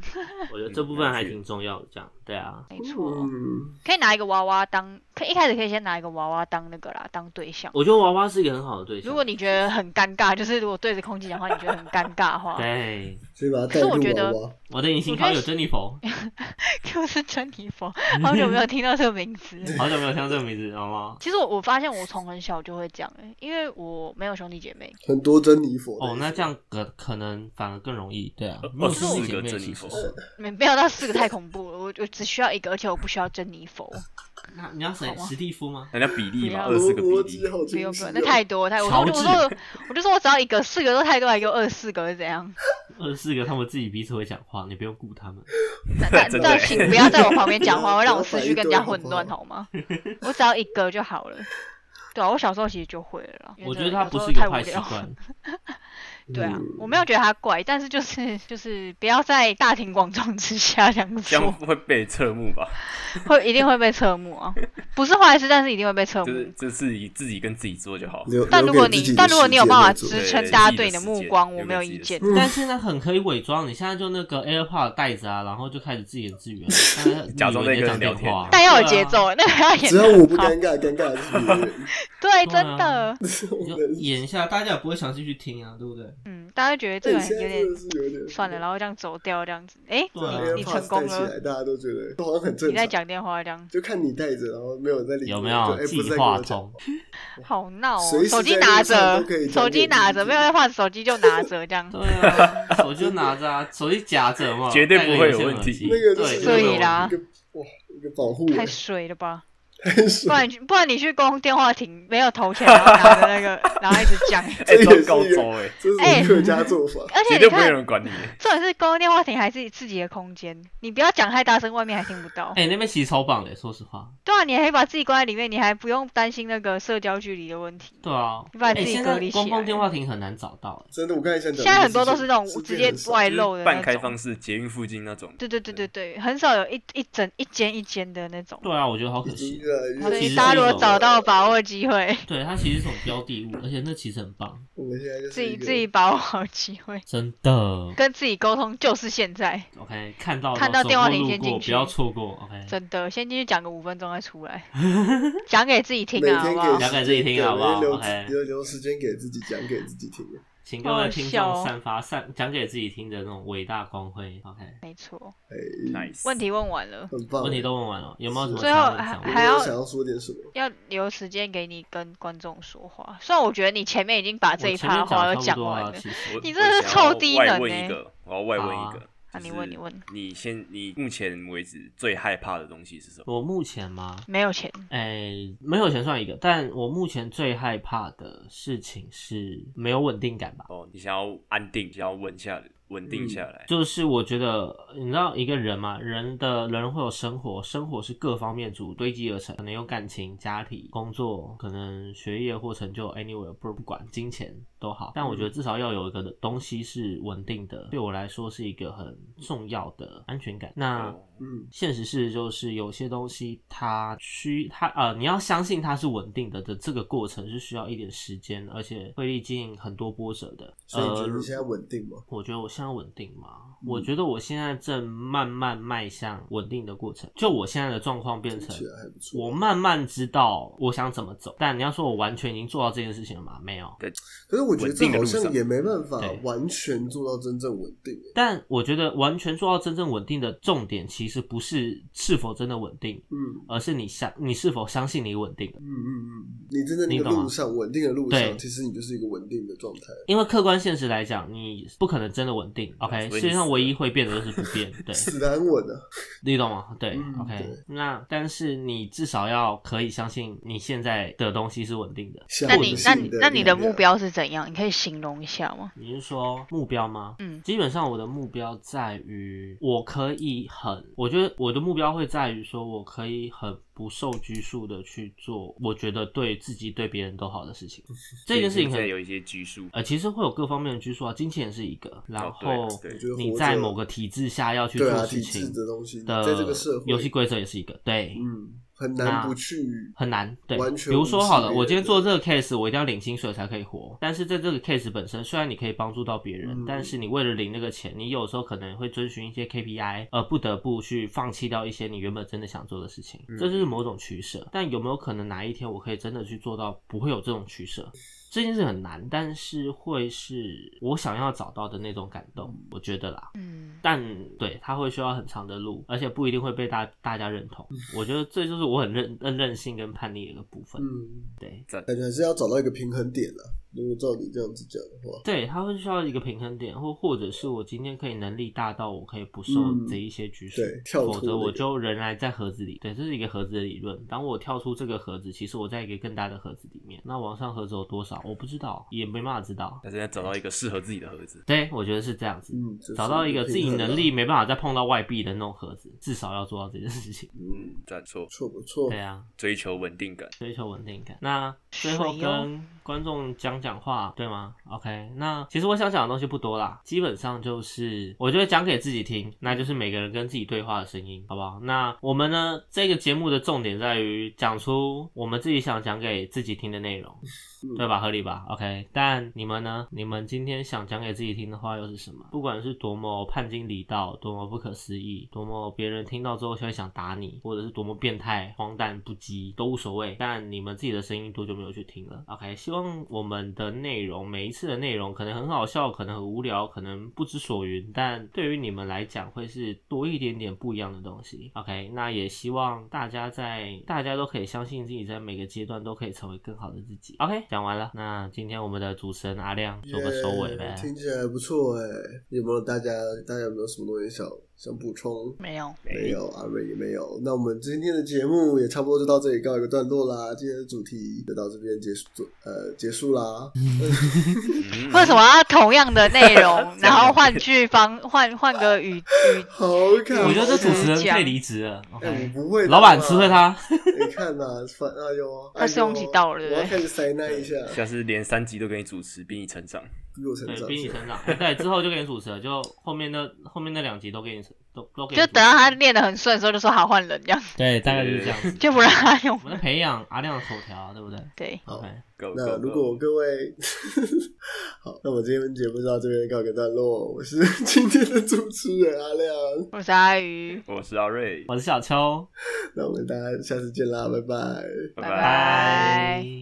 [SPEAKER 1] 我
[SPEAKER 4] 嗯
[SPEAKER 1] 觉得这部分还挺重要的，这样对啊。
[SPEAKER 3] 没错，
[SPEAKER 2] 嗯，
[SPEAKER 3] 可以拿一个娃娃当，可一开始可以先拿一个娃娃当那个啦，当对象。
[SPEAKER 1] 我觉得娃娃是一个很好的对象。
[SPEAKER 3] 如果你觉得很尴尬，就是如果对着空气讲话，你觉得很尴尬的话，
[SPEAKER 1] 对，
[SPEAKER 2] 所以把它
[SPEAKER 3] 可
[SPEAKER 2] 带
[SPEAKER 3] 是我觉
[SPEAKER 2] 入
[SPEAKER 3] 得
[SPEAKER 2] 娃娃，
[SPEAKER 1] 我的隐形好友珍妮佛，
[SPEAKER 3] [laughs] 就是珍妮佛，好久没有听到这个名字
[SPEAKER 1] [laughs]
[SPEAKER 3] 了。
[SPEAKER 1] 好久没有听到这个名字，好吗？
[SPEAKER 3] 其实我我发现我从很小就会这样、欸，因为我没有兄弟姐妹，
[SPEAKER 2] 很多珍妮佛的
[SPEAKER 1] 哦，那这样可可能反而更容易，对啊， [laughs] 没
[SPEAKER 4] 二
[SPEAKER 1] 有
[SPEAKER 4] 十
[SPEAKER 1] 兄弟
[SPEAKER 4] 哦四
[SPEAKER 1] 姐
[SPEAKER 4] 个
[SPEAKER 1] 妹
[SPEAKER 4] 珍
[SPEAKER 1] 其
[SPEAKER 4] 妮
[SPEAKER 1] 实
[SPEAKER 4] 佛，
[SPEAKER 1] 是，
[SPEAKER 3] 没没有到四个太恐怖了，我我只需要一个，而且我不需要珍妮佛，
[SPEAKER 1] 哦那你要谁？
[SPEAKER 3] 好啊
[SPEAKER 1] 史蒂夫吗？
[SPEAKER 4] 人家比例嘛，
[SPEAKER 3] 不要
[SPEAKER 4] 二十四个
[SPEAKER 2] 国
[SPEAKER 4] 比
[SPEAKER 2] 籍
[SPEAKER 4] 例，
[SPEAKER 2] 啊好
[SPEAKER 3] 不
[SPEAKER 2] 清
[SPEAKER 3] 用
[SPEAKER 2] 晰
[SPEAKER 3] 不
[SPEAKER 2] 哦
[SPEAKER 3] 用，那太多太多，我就
[SPEAKER 1] 乔
[SPEAKER 3] 我说我就说我只要一个，四个都太多，还给我二十四个是
[SPEAKER 1] [laughs]
[SPEAKER 3] 怎样？
[SPEAKER 1] 二十四个他们自己彼此会讲话，你不用顾他们。
[SPEAKER 3] 那那
[SPEAKER 4] 真的
[SPEAKER 3] 那请不要在我旁边
[SPEAKER 1] [laughs]
[SPEAKER 3] 讲话，会让我
[SPEAKER 2] 不要
[SPEAKER 3] 思
[SPEAKER 2] 摆
[SPEAKER 3] 绪
[SPEAKER 2] 一
[SPEAKER 3] 更
[SPEAKER 2] 堆
[SPEAKER 3] 加
[SPEAKER 2] 好
[SPEAKER 3] 混
[SPEAKER 2] 不
[SPEAKER 3] 乱，
[SPEAKER 2] 好
[SPEAKER 3] 好吗？我只要一个就好了。对啊，我小时候其实就会了啦。因为
[SPEAKER 1] 我觉
[SPEAKER 3] 真
[SPEAKER 1] 得
[SPEAKER 3] 的
[SPEAKER 1] 他
[SPEAKER 3] 有
[SPEAKER 1] 不
[SPEAKER 3] 时
[SPEAKER 1] 是
[SPEAKER 3] 候
[SPEAKER 1] 一个
[SPEAKER 3] 太无
[SPEAKER 1] 坏习
[SPEAKER 3] 聊。 [laughs]
[SPEAKER 1] 惯，
[SPEAKER 3] 对啊，
[SPEAKER 2] 嗯
[SPEAKER 3] 我没有觉得他怪，但是就是就是不要在大庭广众之下这样
[SPEAKER 4] 这样
[SPEAKER 3] 做，
[SPEAKER 4] 会被侧目
[SPEAKER 1] [laughs]
[SPEAKER 4] 吧？
[SPEAKER 3] 会一定会被侧目啊。不是坏事，但是一定会被侧
[SPEAKER 4] 就是
[SPEAKER 3] 目。
[SPEAKER 4] 就是以自己跟自己做就好。
[SPEAKER 2] 留
[SPEAKER 3] 但
[SPEAKER 2] 留
[SPEAKER 3] 如果
[SPEAKER 2] 给自
[SPEAKER 3] 你
[SPEAKER 2] 己
[SPEAKER 3] 但
[SPEAKER 2] 的
[SPEAKER 3] 如果
[SPEAKER 2] 世
[SPEAKER 3] 你有
[SPEAKER 2] 界
[SPEAKER 3] 办
[SPEAKER 2] 来
[SPEAKER 3] 法
[SPEAKER 2] 做
[SPEAKER 3] 支
[SPEAKER 4] 对
[SPEAKER 3] 撑
[SPEAKER 4] 自
[SPEAKER 3] 大家
[SPEAKER 4] 己的
[SPEAKER 3] 对你的
[SPEAKER 4] 世
[SPEAKER 3] 目
[SPEAKER 4] 界
[SPEAKER 3] 光，我
[SPEAKER 4] 留
[SPEAKER 3] 没
[SPEAKER 4] 给
[SPEAKER 3] 有
[SPEAKER 4] 自己
[SPEAKER 3] 意
[SPEAKER 4] 的
[SPEAKER 3] 见
[SPEAKER 4] 世。
[SPEAKER 1] 但是呢，很可以伪装。你现在就那个 AirPod 带着啊，然后就开始自言自语啊，
[SPEAKER 4] 假装在
[SPEAKER 1] 在
[SPEAKER 4] 跟
[SPEAKER 1] 讲
[SPEAKER 4] 人聊
[SPEAKER 1] 电
[SPEAKER 4] 天
[SPEAKER 1] 话啊，
[SPEAKER 3] [laughs] 但要有
[SPEAKER 1] 对
[SPEAKER 3] 节
[SPEAKER 1] 啊，
[SPEAKER 3] 奏，那个要演
[SPEAKER 2] 只要
[SPEAKER 3] 得
[SPEAKER 2] 我不
[SPEAKER 3] 好
[SPEAKER 2] 尴尬，尴尬的是别人。
[SPEAKER 3] 对，
[SPEAKER 1] 对啊
[SPEAKER 3] 真的，
[SPEAKER 1] [laughs]
[SPEAKER 2] [laughs]
[SPEAKER 1] 你就演一下，大家也不会想进去听啊，对不对？
[SPEAKER 3] 嗯，大家觉得这
[SPEAKER 2] 对，
[SPEAKER 3] 个
[SPEAKER 2] 现
[SPEAKER 3] 人有
[SPEAKER 2] 在
[SPEAKER 3] 点
[SPEAKER 2] 真的是有点
[SPEAKER 3] 算了，。然后这样走掉这样子，哎、
[SPEAKER 1] 对啊
[SPEAKER 3] 你你成
[SPEAKER 2] AirPods
[SPEAKER 3] 功
[SPEAKER 2] 戴起
[SPEAKER 3] 了，
[SPEAKER 2] 来，大家都觉得都好像很正
[SPEAKER 3] 你在
[SPEAKER 2] 常。
[SPEAKER 3] 讲电话这样，
[SPEAKER 2] 就看你带着，然后没有在理你。
[SPEAKER 1] 有没
[SPEAKER 2] 就
[SPEAKER 1] 有
[SPEAKER 2] 哎不是
[SPEAKER 1] 计
[SPEAKER 2] 在跟
[SPEAKER 1] 划
[SPEAKER 2] 我讲
[SPEAKER 1] 通
[SPEAKER 2] 话？
[SPEAKER 3] 好闹
[SPEAKER 2] 随
[SPEAKER 3] 哦，
[SPEAKER 2] 时
[SPEAKER 3] 手机
[SPEAKER 2] 在
[SPEAKER 3] 拿
[SPEAKER 2] 路上
[SPEAKER 3] 着
[SPEAKER 2] 都可以，讲
[SPEAKER 3] 手机
[SPEAKER 2] 给
[SPEAKER 3] 拿
[SPEAKER 2] 自
[SPEAKER 3] 着，
[SPEAKER 2] 己
[SPEAKER 3] 没有在怕手机就拿
[SPEAKER 2] [laughs]
[SPEAKER 3] 着这样，
[SPEAKER 1] 对啊，手机就拿着啊，手机夹着嘛，
[SPEAKER 4] 绝对不
[SPEAKER 1] 戴个
[SPEAKER 4] 会有
[SPEAKER 1] 有线
[SPEAKER 4] 问题
[SPEAKER 1] 耳机
[SPEAKER 2] 那个就
[SPEAKER 1] 对，
[SPEAKER 2] 是
[SPEAKER 1] 绝对没有
[SPEAKER 3] 所以啦
[SPEAKER 2] 一个哇，一个保护 [laughs] 欸，
[SPEAKER 3] 太水了
[SPEAKER 2] 太
[SPEAKER 3] 吧？不
[SPEAKER 2] 爽。
[SPEAKER 3] 然你去不然你去公电话亭没有投钱，然后拿着那个，然后一直讲，
[SPEAKER 4] 哎，
[SPEAKER 2] 这
[SPEAKER 4] 糟
[SPEAKER 2] 也是
[SPEAKER 4] 糕
[SPEAKER 2] 一个
[SPEAKER 4] 糟哎，
[SPEAKER 2] 这
[SPEAKER 3] 哎
[SPEAKER 2] 是客家做法。
[SPEAKER 3] 而且
[SPEAKER 4] 绝
[SPEAKER 3] 你
[SPEAKER 4] 对不会有
[SPEAKER 3] 看。
[SPEAKER 4] 人管你欸。
[SPEAKER 3] 重点是公共电话亭还是自己的空间，你不要讲太大声，外面还听不到。
[SPEAKER 1] 哎、那边其实超棒的，说实话。
[SPEAKER 3] 对啊，你还可以把自己关在里面，你还不用担心那个社交距离的问题。
[SPEAKER 1] 对啊，
[SPEAKER 3] 你把
[SPEAKER 1] 哎
[SPEAKER 3] 自己
[SPEAKER 1] 现
[SPEAKER 3] 隔
[SPEAKER 1] 在
[SPEAKER 3] 离起
[SPEAKER 1] 公共
[SPEAKER 3] 来
[SPEAKER 1] 电话亭很难找到、欸
[SPEAKER 2] 真的，我刚才想讲的就是，
[SPEAKER 3] 现在很多都是那种直接外
[SPEAKER 4] 就是
[SPEAKER 3] 露的那
[SPEAKER 4] 半
[SPEAKER 3] 种，
[SPEAKER 4] 开放式捷运附近那种，
[SPEAKER 3] 对对对对对，很少有一一整一间一间的那种
[SPEAKER 1] 哎。。对啊，我觉得好可
[SPEAKER 2] 已经
[SPEAKER 1] 惜。
[SPEAKER 2] 越来越。
[SPEAKER 1] 它
[SPEAKER 3] 所
[SPEAKER 1] 其实
[SPEAKER 3] 以大家
[SPEAKER 1] 是
[SPEAKER 3] 如
[SPEAKER 1] 一
[SPEAKER 3] 果
[SPEAKER 1] 种
[SPEAKER 3] 找到把握机会，
[SPEAKER 1] 对，它其实是一种标的物，而且那其实很棒，
[SPEAKER 2] 我们现在就是
[SPEAKER 3] 自己
[SPEAKER 2] 一个
[SPEAKER 3] 自己把握好机会，
[SPEAKER 1] 真的。
[SPEAKER 3] 跟自己沟通就是现在，
[SPEAKER 1] OK，看到
[SPEAKER 3] 看
[SPEAKER 1] 的
[SPEAKER 3] 到
[SPEAKER 1] 时候
[SPEAKER 3] 电话
[SPEAKER 1] 或
[SPEAKER 3] 铃
[SPEAKER 1] 路
[SPEAKER 3] 先
[SPEAKER 1] 过
[SPEAKER 3] 进
[SPEAKER 1] 不
[SPEAKER 3] 去
[SPEAKER 1] 要错过。OK，
[SPEAKER 3] 真的，先进去讲个五分钟再
[SPEAKER 1] [laughs]
[SPEAKER 3] 出来，讲给自己听
[SPEAKER 2] 每
[SPEAKER 3] 啊，好
[SPEAKER 2] 天
[SPEAKER 3] 不
[SPEAKER 2] 给
[SPEAKER 3] 好
[SPEAKER 1] 自？己讲给
[SPEAKER 2] 时
[SPEAKER 1] 听
[SPEAKER 2] 间
[SPEAKER 1] 好不好
[SPEAKER 2] 留
[SPEAKER 1] OK
[SPEAKER 2] 留留时间给自己讲给自己听。
[SPEAKER 1] 请各位听
[SPEAKER 3] 好好笑
[SPEAKER 1] 众
[SPEAKER 3] 哦
[SPEAKER 1] 散发散讲给自己听的那种伟大光辉。OK，
[SPEAKER 3] 没错。
[SPEAKER 4] ，nice。
[SPEAKER 3] 问题问完了，
[SPEAKER 2] 很棒。欸
[SPEAKER 1] 问题都问完了，有没有什么
[SPEAKER 3] 最后
[SPEAKER 1] 想问想
[SPEAKER 3] 还
[SPEAKER 1] 问
[SPEAKER 3] 还？要
[SPEAKER 2] 我想要说点什么？
[SPEAKER 3] 要留时间给你跟观众说话。虽然我觉得你前面已经把这
[SPEAKER 1] 我
[SPEAKER 3] 一
[SPEAKER 1] 前
[SPEAKER 3] 趴
[SPEAKER 1] 面
[SPEAKER 3] 的话
[SPEAKER 1] 得
[SPEAKER 3] 都
[SPEAKER 1] 差不多
[SPEAKER 3] 完
[SPEAKER 1] 了，
[SPEAKER 3] 了，
[SPEAKER 1] 其实
[SPEAKER 4] 我
[SPEAKER 3] 你
[SPEAKER 4] 我
[SPEAKER 3] 真的是
[SPEAKER 4] 想要
[SPEAKER 3] 臭低
[SPEAKER 4] 外
[SPEAKER 3] 能
[SPEAKER 4] 问
[SPEAKER 3] 欸
[SPEAKER 4] 一个，我要外问
[SPEAKER 1] 好
[SPEAKER 4] 一
[SPEAKER 1] 啊
[SPEAKER 4] 个。
[SPEAKER 3] 啊你
[SPEAKER 4] 就是
[SPEAKER 3] 问你问
[SPEAKER 4] 你先，你目前为止最害怕的东西是什么？
[SPEAKER 1] 我目前吗？
[SPEAKER 3] 没有钱。
[SPEAKER 1] 哎、没有钱算一个，但我目前最害怕的事情是没有稳定感吧。
[SPEAKER 4] 哦，你想要安定，想要稳下来，稳定下来。
[SPEAKER 1] 就是我觉得，你知道一个人嘛，人的人会有生活，生活是各方面组堆积而成，可能有感情、家庭、工作，可能学业或成就，anyway 不不管金钱都好，但我觉得至少要有一个东西是稳定的，对我来说是一个很重要的安全感。那
[SPEAKER 4] 哦
[SPEAKER 2] 嗯，
[SPEAKER 1] 现实是，就是有些东西它需它呃，你要相信它是稳定的的这个过程是需要一点时间，而且会历经很多波折的。
[SPEAKER 2] 所以你觉
[SPEAKER 1] 呃
[SPEAKER 2] 得你现在稳定吗？
[SPEAKER 1] 我觉得我现在稳定吗？
[SPEAKER 2] 嗯
[SPEAKER 1] 我觉得我现在正慢慢迈向稳定的过程。就我现在的状况变
[SPEAKER 2] 听
[SPEAKER 1] 成
[SPEAKER 2] 起，来还不错。
[SPEAKER 1] 我慢慢知道我想怎么走。但你要说我完全已经做到这件事情了吗？没有。
[SPEAKER 2] 可是我觉得这好像也没办法
[SPEAKER 1] 稳定的路上对
[SPEAKER 2] 完全做到真正稳定。
[SPEAKER 1] 但我觉得完全做到真正稳定的重点，其实不是是否真的稳定，
[SPEAKER 2] 嗯
[SPEAKER 1] 而是你相你是否相信你稳定了。
[SPEAKER 2] 嗯嗯嗯，你真正那
[SPEAKER 1] 你
[SPEAKER 2] 个
[SPEAKER 1] 懂吗
[SPEAKER 2] 路上稳定的路上，
[SPEAKER 1] 对
[SPEAKER 2] 其实你就是一个稳定的状态。
[SPEAKER 1] 因为客观现实来讲，你不可能真的稳定。OK，
[SPEAKER 4] 啊
[SPEAKER 1] 世
[SPEAKER 4] 所以你
[SPEAKER 1] 界上
[SPEAKER 4] 死
[SPEAKER 1] 唯一
[SPEAKER 4] 了
[SPEAKER 1] 会变的就是不
[SPEAKER 4] [laughs]
[SPEAKER 1] 变。对，
[SPEAKER 2] 死的很稳啊，
[SPEAKER 1] 你懂吗？对、
[SPEAKER 2] 嗯
[SPEAKER 1] o k
[SPEAKER 2] 对
[SPEAKER 1] 那但是你至少要可以相信你现在的东西是稳定的。
[SPEAKER 2] 相
[SPEAKER 3] 那
[SPEAKER 2] 信
[SPEAKER 3] 你那你
[SPEAKER 2] 的
[SPEAKER 3] 那你的
[SPEAKER 2] 的
[SPEAKER 3] 目，标是怎样？你可以形容一下吗？
[SPEAKER 1] 你是说目标吗？
[SPEAKER 3] 嗯
[SPEAKER 1] 基本上我的目标在于，我可以很，我觉得我的目标会在于说，我可以很不受拘束的去做，我觉得对自己对别人都好的事
[SPEAKER 4] [laughs]
[SPEAKER 1] 情。这件事情
[SPEAKER 4] 现
[SPEAKER 1] 可
[SPEAKER 4] 在
[SPEAKER 1] 能
[SPEAKER 4] 有一些拘束。
[SPEAKER 1] 呃，其实会有各方面的拘束啊，金钱也是一个，然
[SPEAKER 4] 对啊
[SPEAKER 1] 后
[SPEAKER 4] 对我
[SPEAKER 2] 觉得
[SPEAKER 1] 你
[SPEAKER 2] 活
[SPEAKER 1] 在
[SPEAKER 2] 着
[SPEAKER 1] 某个体制下要去
[SPEAKER 2] 对啊，
[SPEAKER 1] 做
[SPEAKER 2] 体
[SPEAKER 1] 事
[SPEAKER 2] 制
[SPEAKER 1] 情
[SPEAKER 2] 的东西，
[SPEAKER 1] 的
[SPEAKER 2] 在这个社会
[SPEAKER 1] 游戏规则也是一个，对，
[SPEAKER 2] 嗯，很难
[SPEAKER 1] 那
[SPEAKER 2] 不去
[SPEAKER 1] 很难，对，
[SPEAKER 2] 完全
[SPEAKER 1] 比如说好了，
[SPEAKER 2] 无视别人
[SPEAKER 1] 我今天做这个 case，我一定要领薪水才可以活。但是在这个 case 本身，虽然你可以帮助到别人，
[SPEAKER 2] 嗯
[SPEAKER 1] 但是你为了领那个钱，你有时候可能会遵循一些 KPI，而呃不得不去放弃掉一些你原本真的想做的事情，
[SPEAKER 4] 嗯
[SPEAKER 1] 这就是某种取舍。但有没有可能哪一天我可以真的去做到不会有这种取舍？这件事很难，但是会是我想要找到的那种感动，我觉得啦。
[SPEAKER 3] 嗯，
[SPEAKER 1] 但对他会需要很长的路，而且不一定会被大大家认
[SPEAKER 2] 嗯
[SPEAKER 1] 同。我觉得这就是我很任任任性跟叛逆的一个部分。
[SPEAKER 2] 嗯，
[SPEAKER 1] 对
[SPEAKER 2] 感觉还是要找到一个平衡点啊。如果照你这样子讲的话，
[SPEAKER 1] 对，他会需要一个平衡点，或或者是我今天可以能力大到我可以不受
[SPEAKER 2] 嗯
[SPEAKER 1] 这一些局势，
[SPEAKER 2] 对跳脱
[SPEAKER 1] 否则我
[SPEAKER 2] 那个
[SPEAKER 1] 就仍然在盒子里。对，这是一个盒子的理论。当我跳出这个盒子，其实我在一个更大的盒子里面。那往上盒子有多少，我不知道，也没办法知道。
[SPEAKER 4] 但是要找到一个适合自己的盒子。
[SPEAKER 1] 对，我觉得是这样子。
[SPEAKER 2] 嗯嗯，这是
[SPEAKER 1] 找到一个自己
[SPEAKER 2] 平衡啊
[SPEAKER 1] 能力，没办法再碰到外币的那种盒子，至少要做到这件事情。
[SPEAKER 2] 嗯，
[SPEAKER 4] 在错
[SPEAKER 2] 不，错不错
[SPEAKER 1] 对，啊，
[SPEAKER 4] 追求稳定感。
[SPEAKER 1] 追求稳定感。那最后
[SPEAKER 3] 水哟
[SPEAKER 1] 跟观众讲讲话，对吗？OK，那其实我想讲的东西不多啦，基本上就是我觉得讲给自己听，那就是每个人跟自己对话的声音，好不好？那我们呢，这个节目的重点在于讲出我们自己想讲给自己听的内容，
[SPEAKER 2] 嗯
[SPEAKER 1] 对吧？合理吧？OK，但你们呢？你们今天想讲给自己听的话又是什么？不管是多么叛经离道，多么不可思议，多么别人听到之后就会想打你，或者是多么变态、荒诞不羁都无所谓。但你们自己的声音多久没有去听了？OK，希望我们的内容，每一次的内容可能很好笑，可能很无聊，可能不知所云，但对于你们来讲会是多一点点不一样的东西。OK，那也希望大家在大家都可以相信自己，在每个阶段都可以成为更好的自己。OK，讲完了，那今天我们的主持人阿亮做个收尾呗
[SPEAKER 2] 耶。听起来不错哎。有没有大家大家有没有什么东西想想补充？
[SPEAKER 3] 没有。
[SPEAKER 2] 没有，阿瑞也没有。那我们今天的节目也差不多就到这里告一个段落啦。今天的主题就到这边结束，呃，结束啦。
[SPEAKER 4] 嗯
[SPEAKER 3] [laughs] 为什么要同样的内
[SPEAKER 1] [laughs]
[SPEAKER 3] 容，
[SPEAKER 4] 这
[SPEAKER 3] 然
[SPEAKER 4] 样
[SPEAKER 3] 后换句方换换个语语？
[SPEAKER 1] [laughs]
[SPEAKER 2] 好感动，
[SPEAKER 1] 我觉得这主持人
[SPEAKER 3] 讲
[SPEAKER 1] 可以离职了。
[SPEAKER 2] 哎、
[SPEAKER 1] OK，
[SPEAKER 2] 我不会的啦，
[SPEAKER 1] 老板辞退他。
[SPEAKER 2] 你看呐、反
[SPEAKER 3] [laughs]
[SPEAKER 2] 哎呦，
[SPEAKER 3] 二十用几道了对不
[SPEAKER 2] 我
[SPEAKER 3] 对
[SPEAKER 2] 要开始塞那一下，
[SPEAKER 4] 下次连三集都给你主持，逼你成长。
[SPEAKER 2] 逼我成
[SPEAKER 1] 对，
[SPEAKER 2] 长。
[SPEAKER 1] 逼你成长。哎对，之后就给你主持了，就后面那后面那两集都给你都都给你主持。
[SPEAKER 3] 就等到他练得很顺的时候，就说好换人这样，
[SPEAKER 1] 对，大概就是这样子。
[SPEAKER 3] 就不让他用
[SPEAKER 1] 我。们在培养阿亮的口条，啊对不对
[SPEAKER 3] 对，
[SPEAKER 2] 好
[SPEAKER 1] ？OK，
[SPEAKER 4] Go,
[SPEAKER 2] 那
[SPEAKER 4] go,
[SPEAKER 2] 如
[SPEAKER 4] go
[SPEAKER 2] 果各位好，那我今天节目就到这边告一个段落。我是今天的主持人阿亮，
[SPEAKER 3] 我是阿鱼，
[SPEAKER 4] 我是阿瑞，
[SPEAKER 1] 我是小秋，
[SPEAKER 2] 那我们大家下次见啦，拜拜。
[SPEAKER 3] 拜
[SPEAKER 1] 拜
[SPEAKER 3] 拜。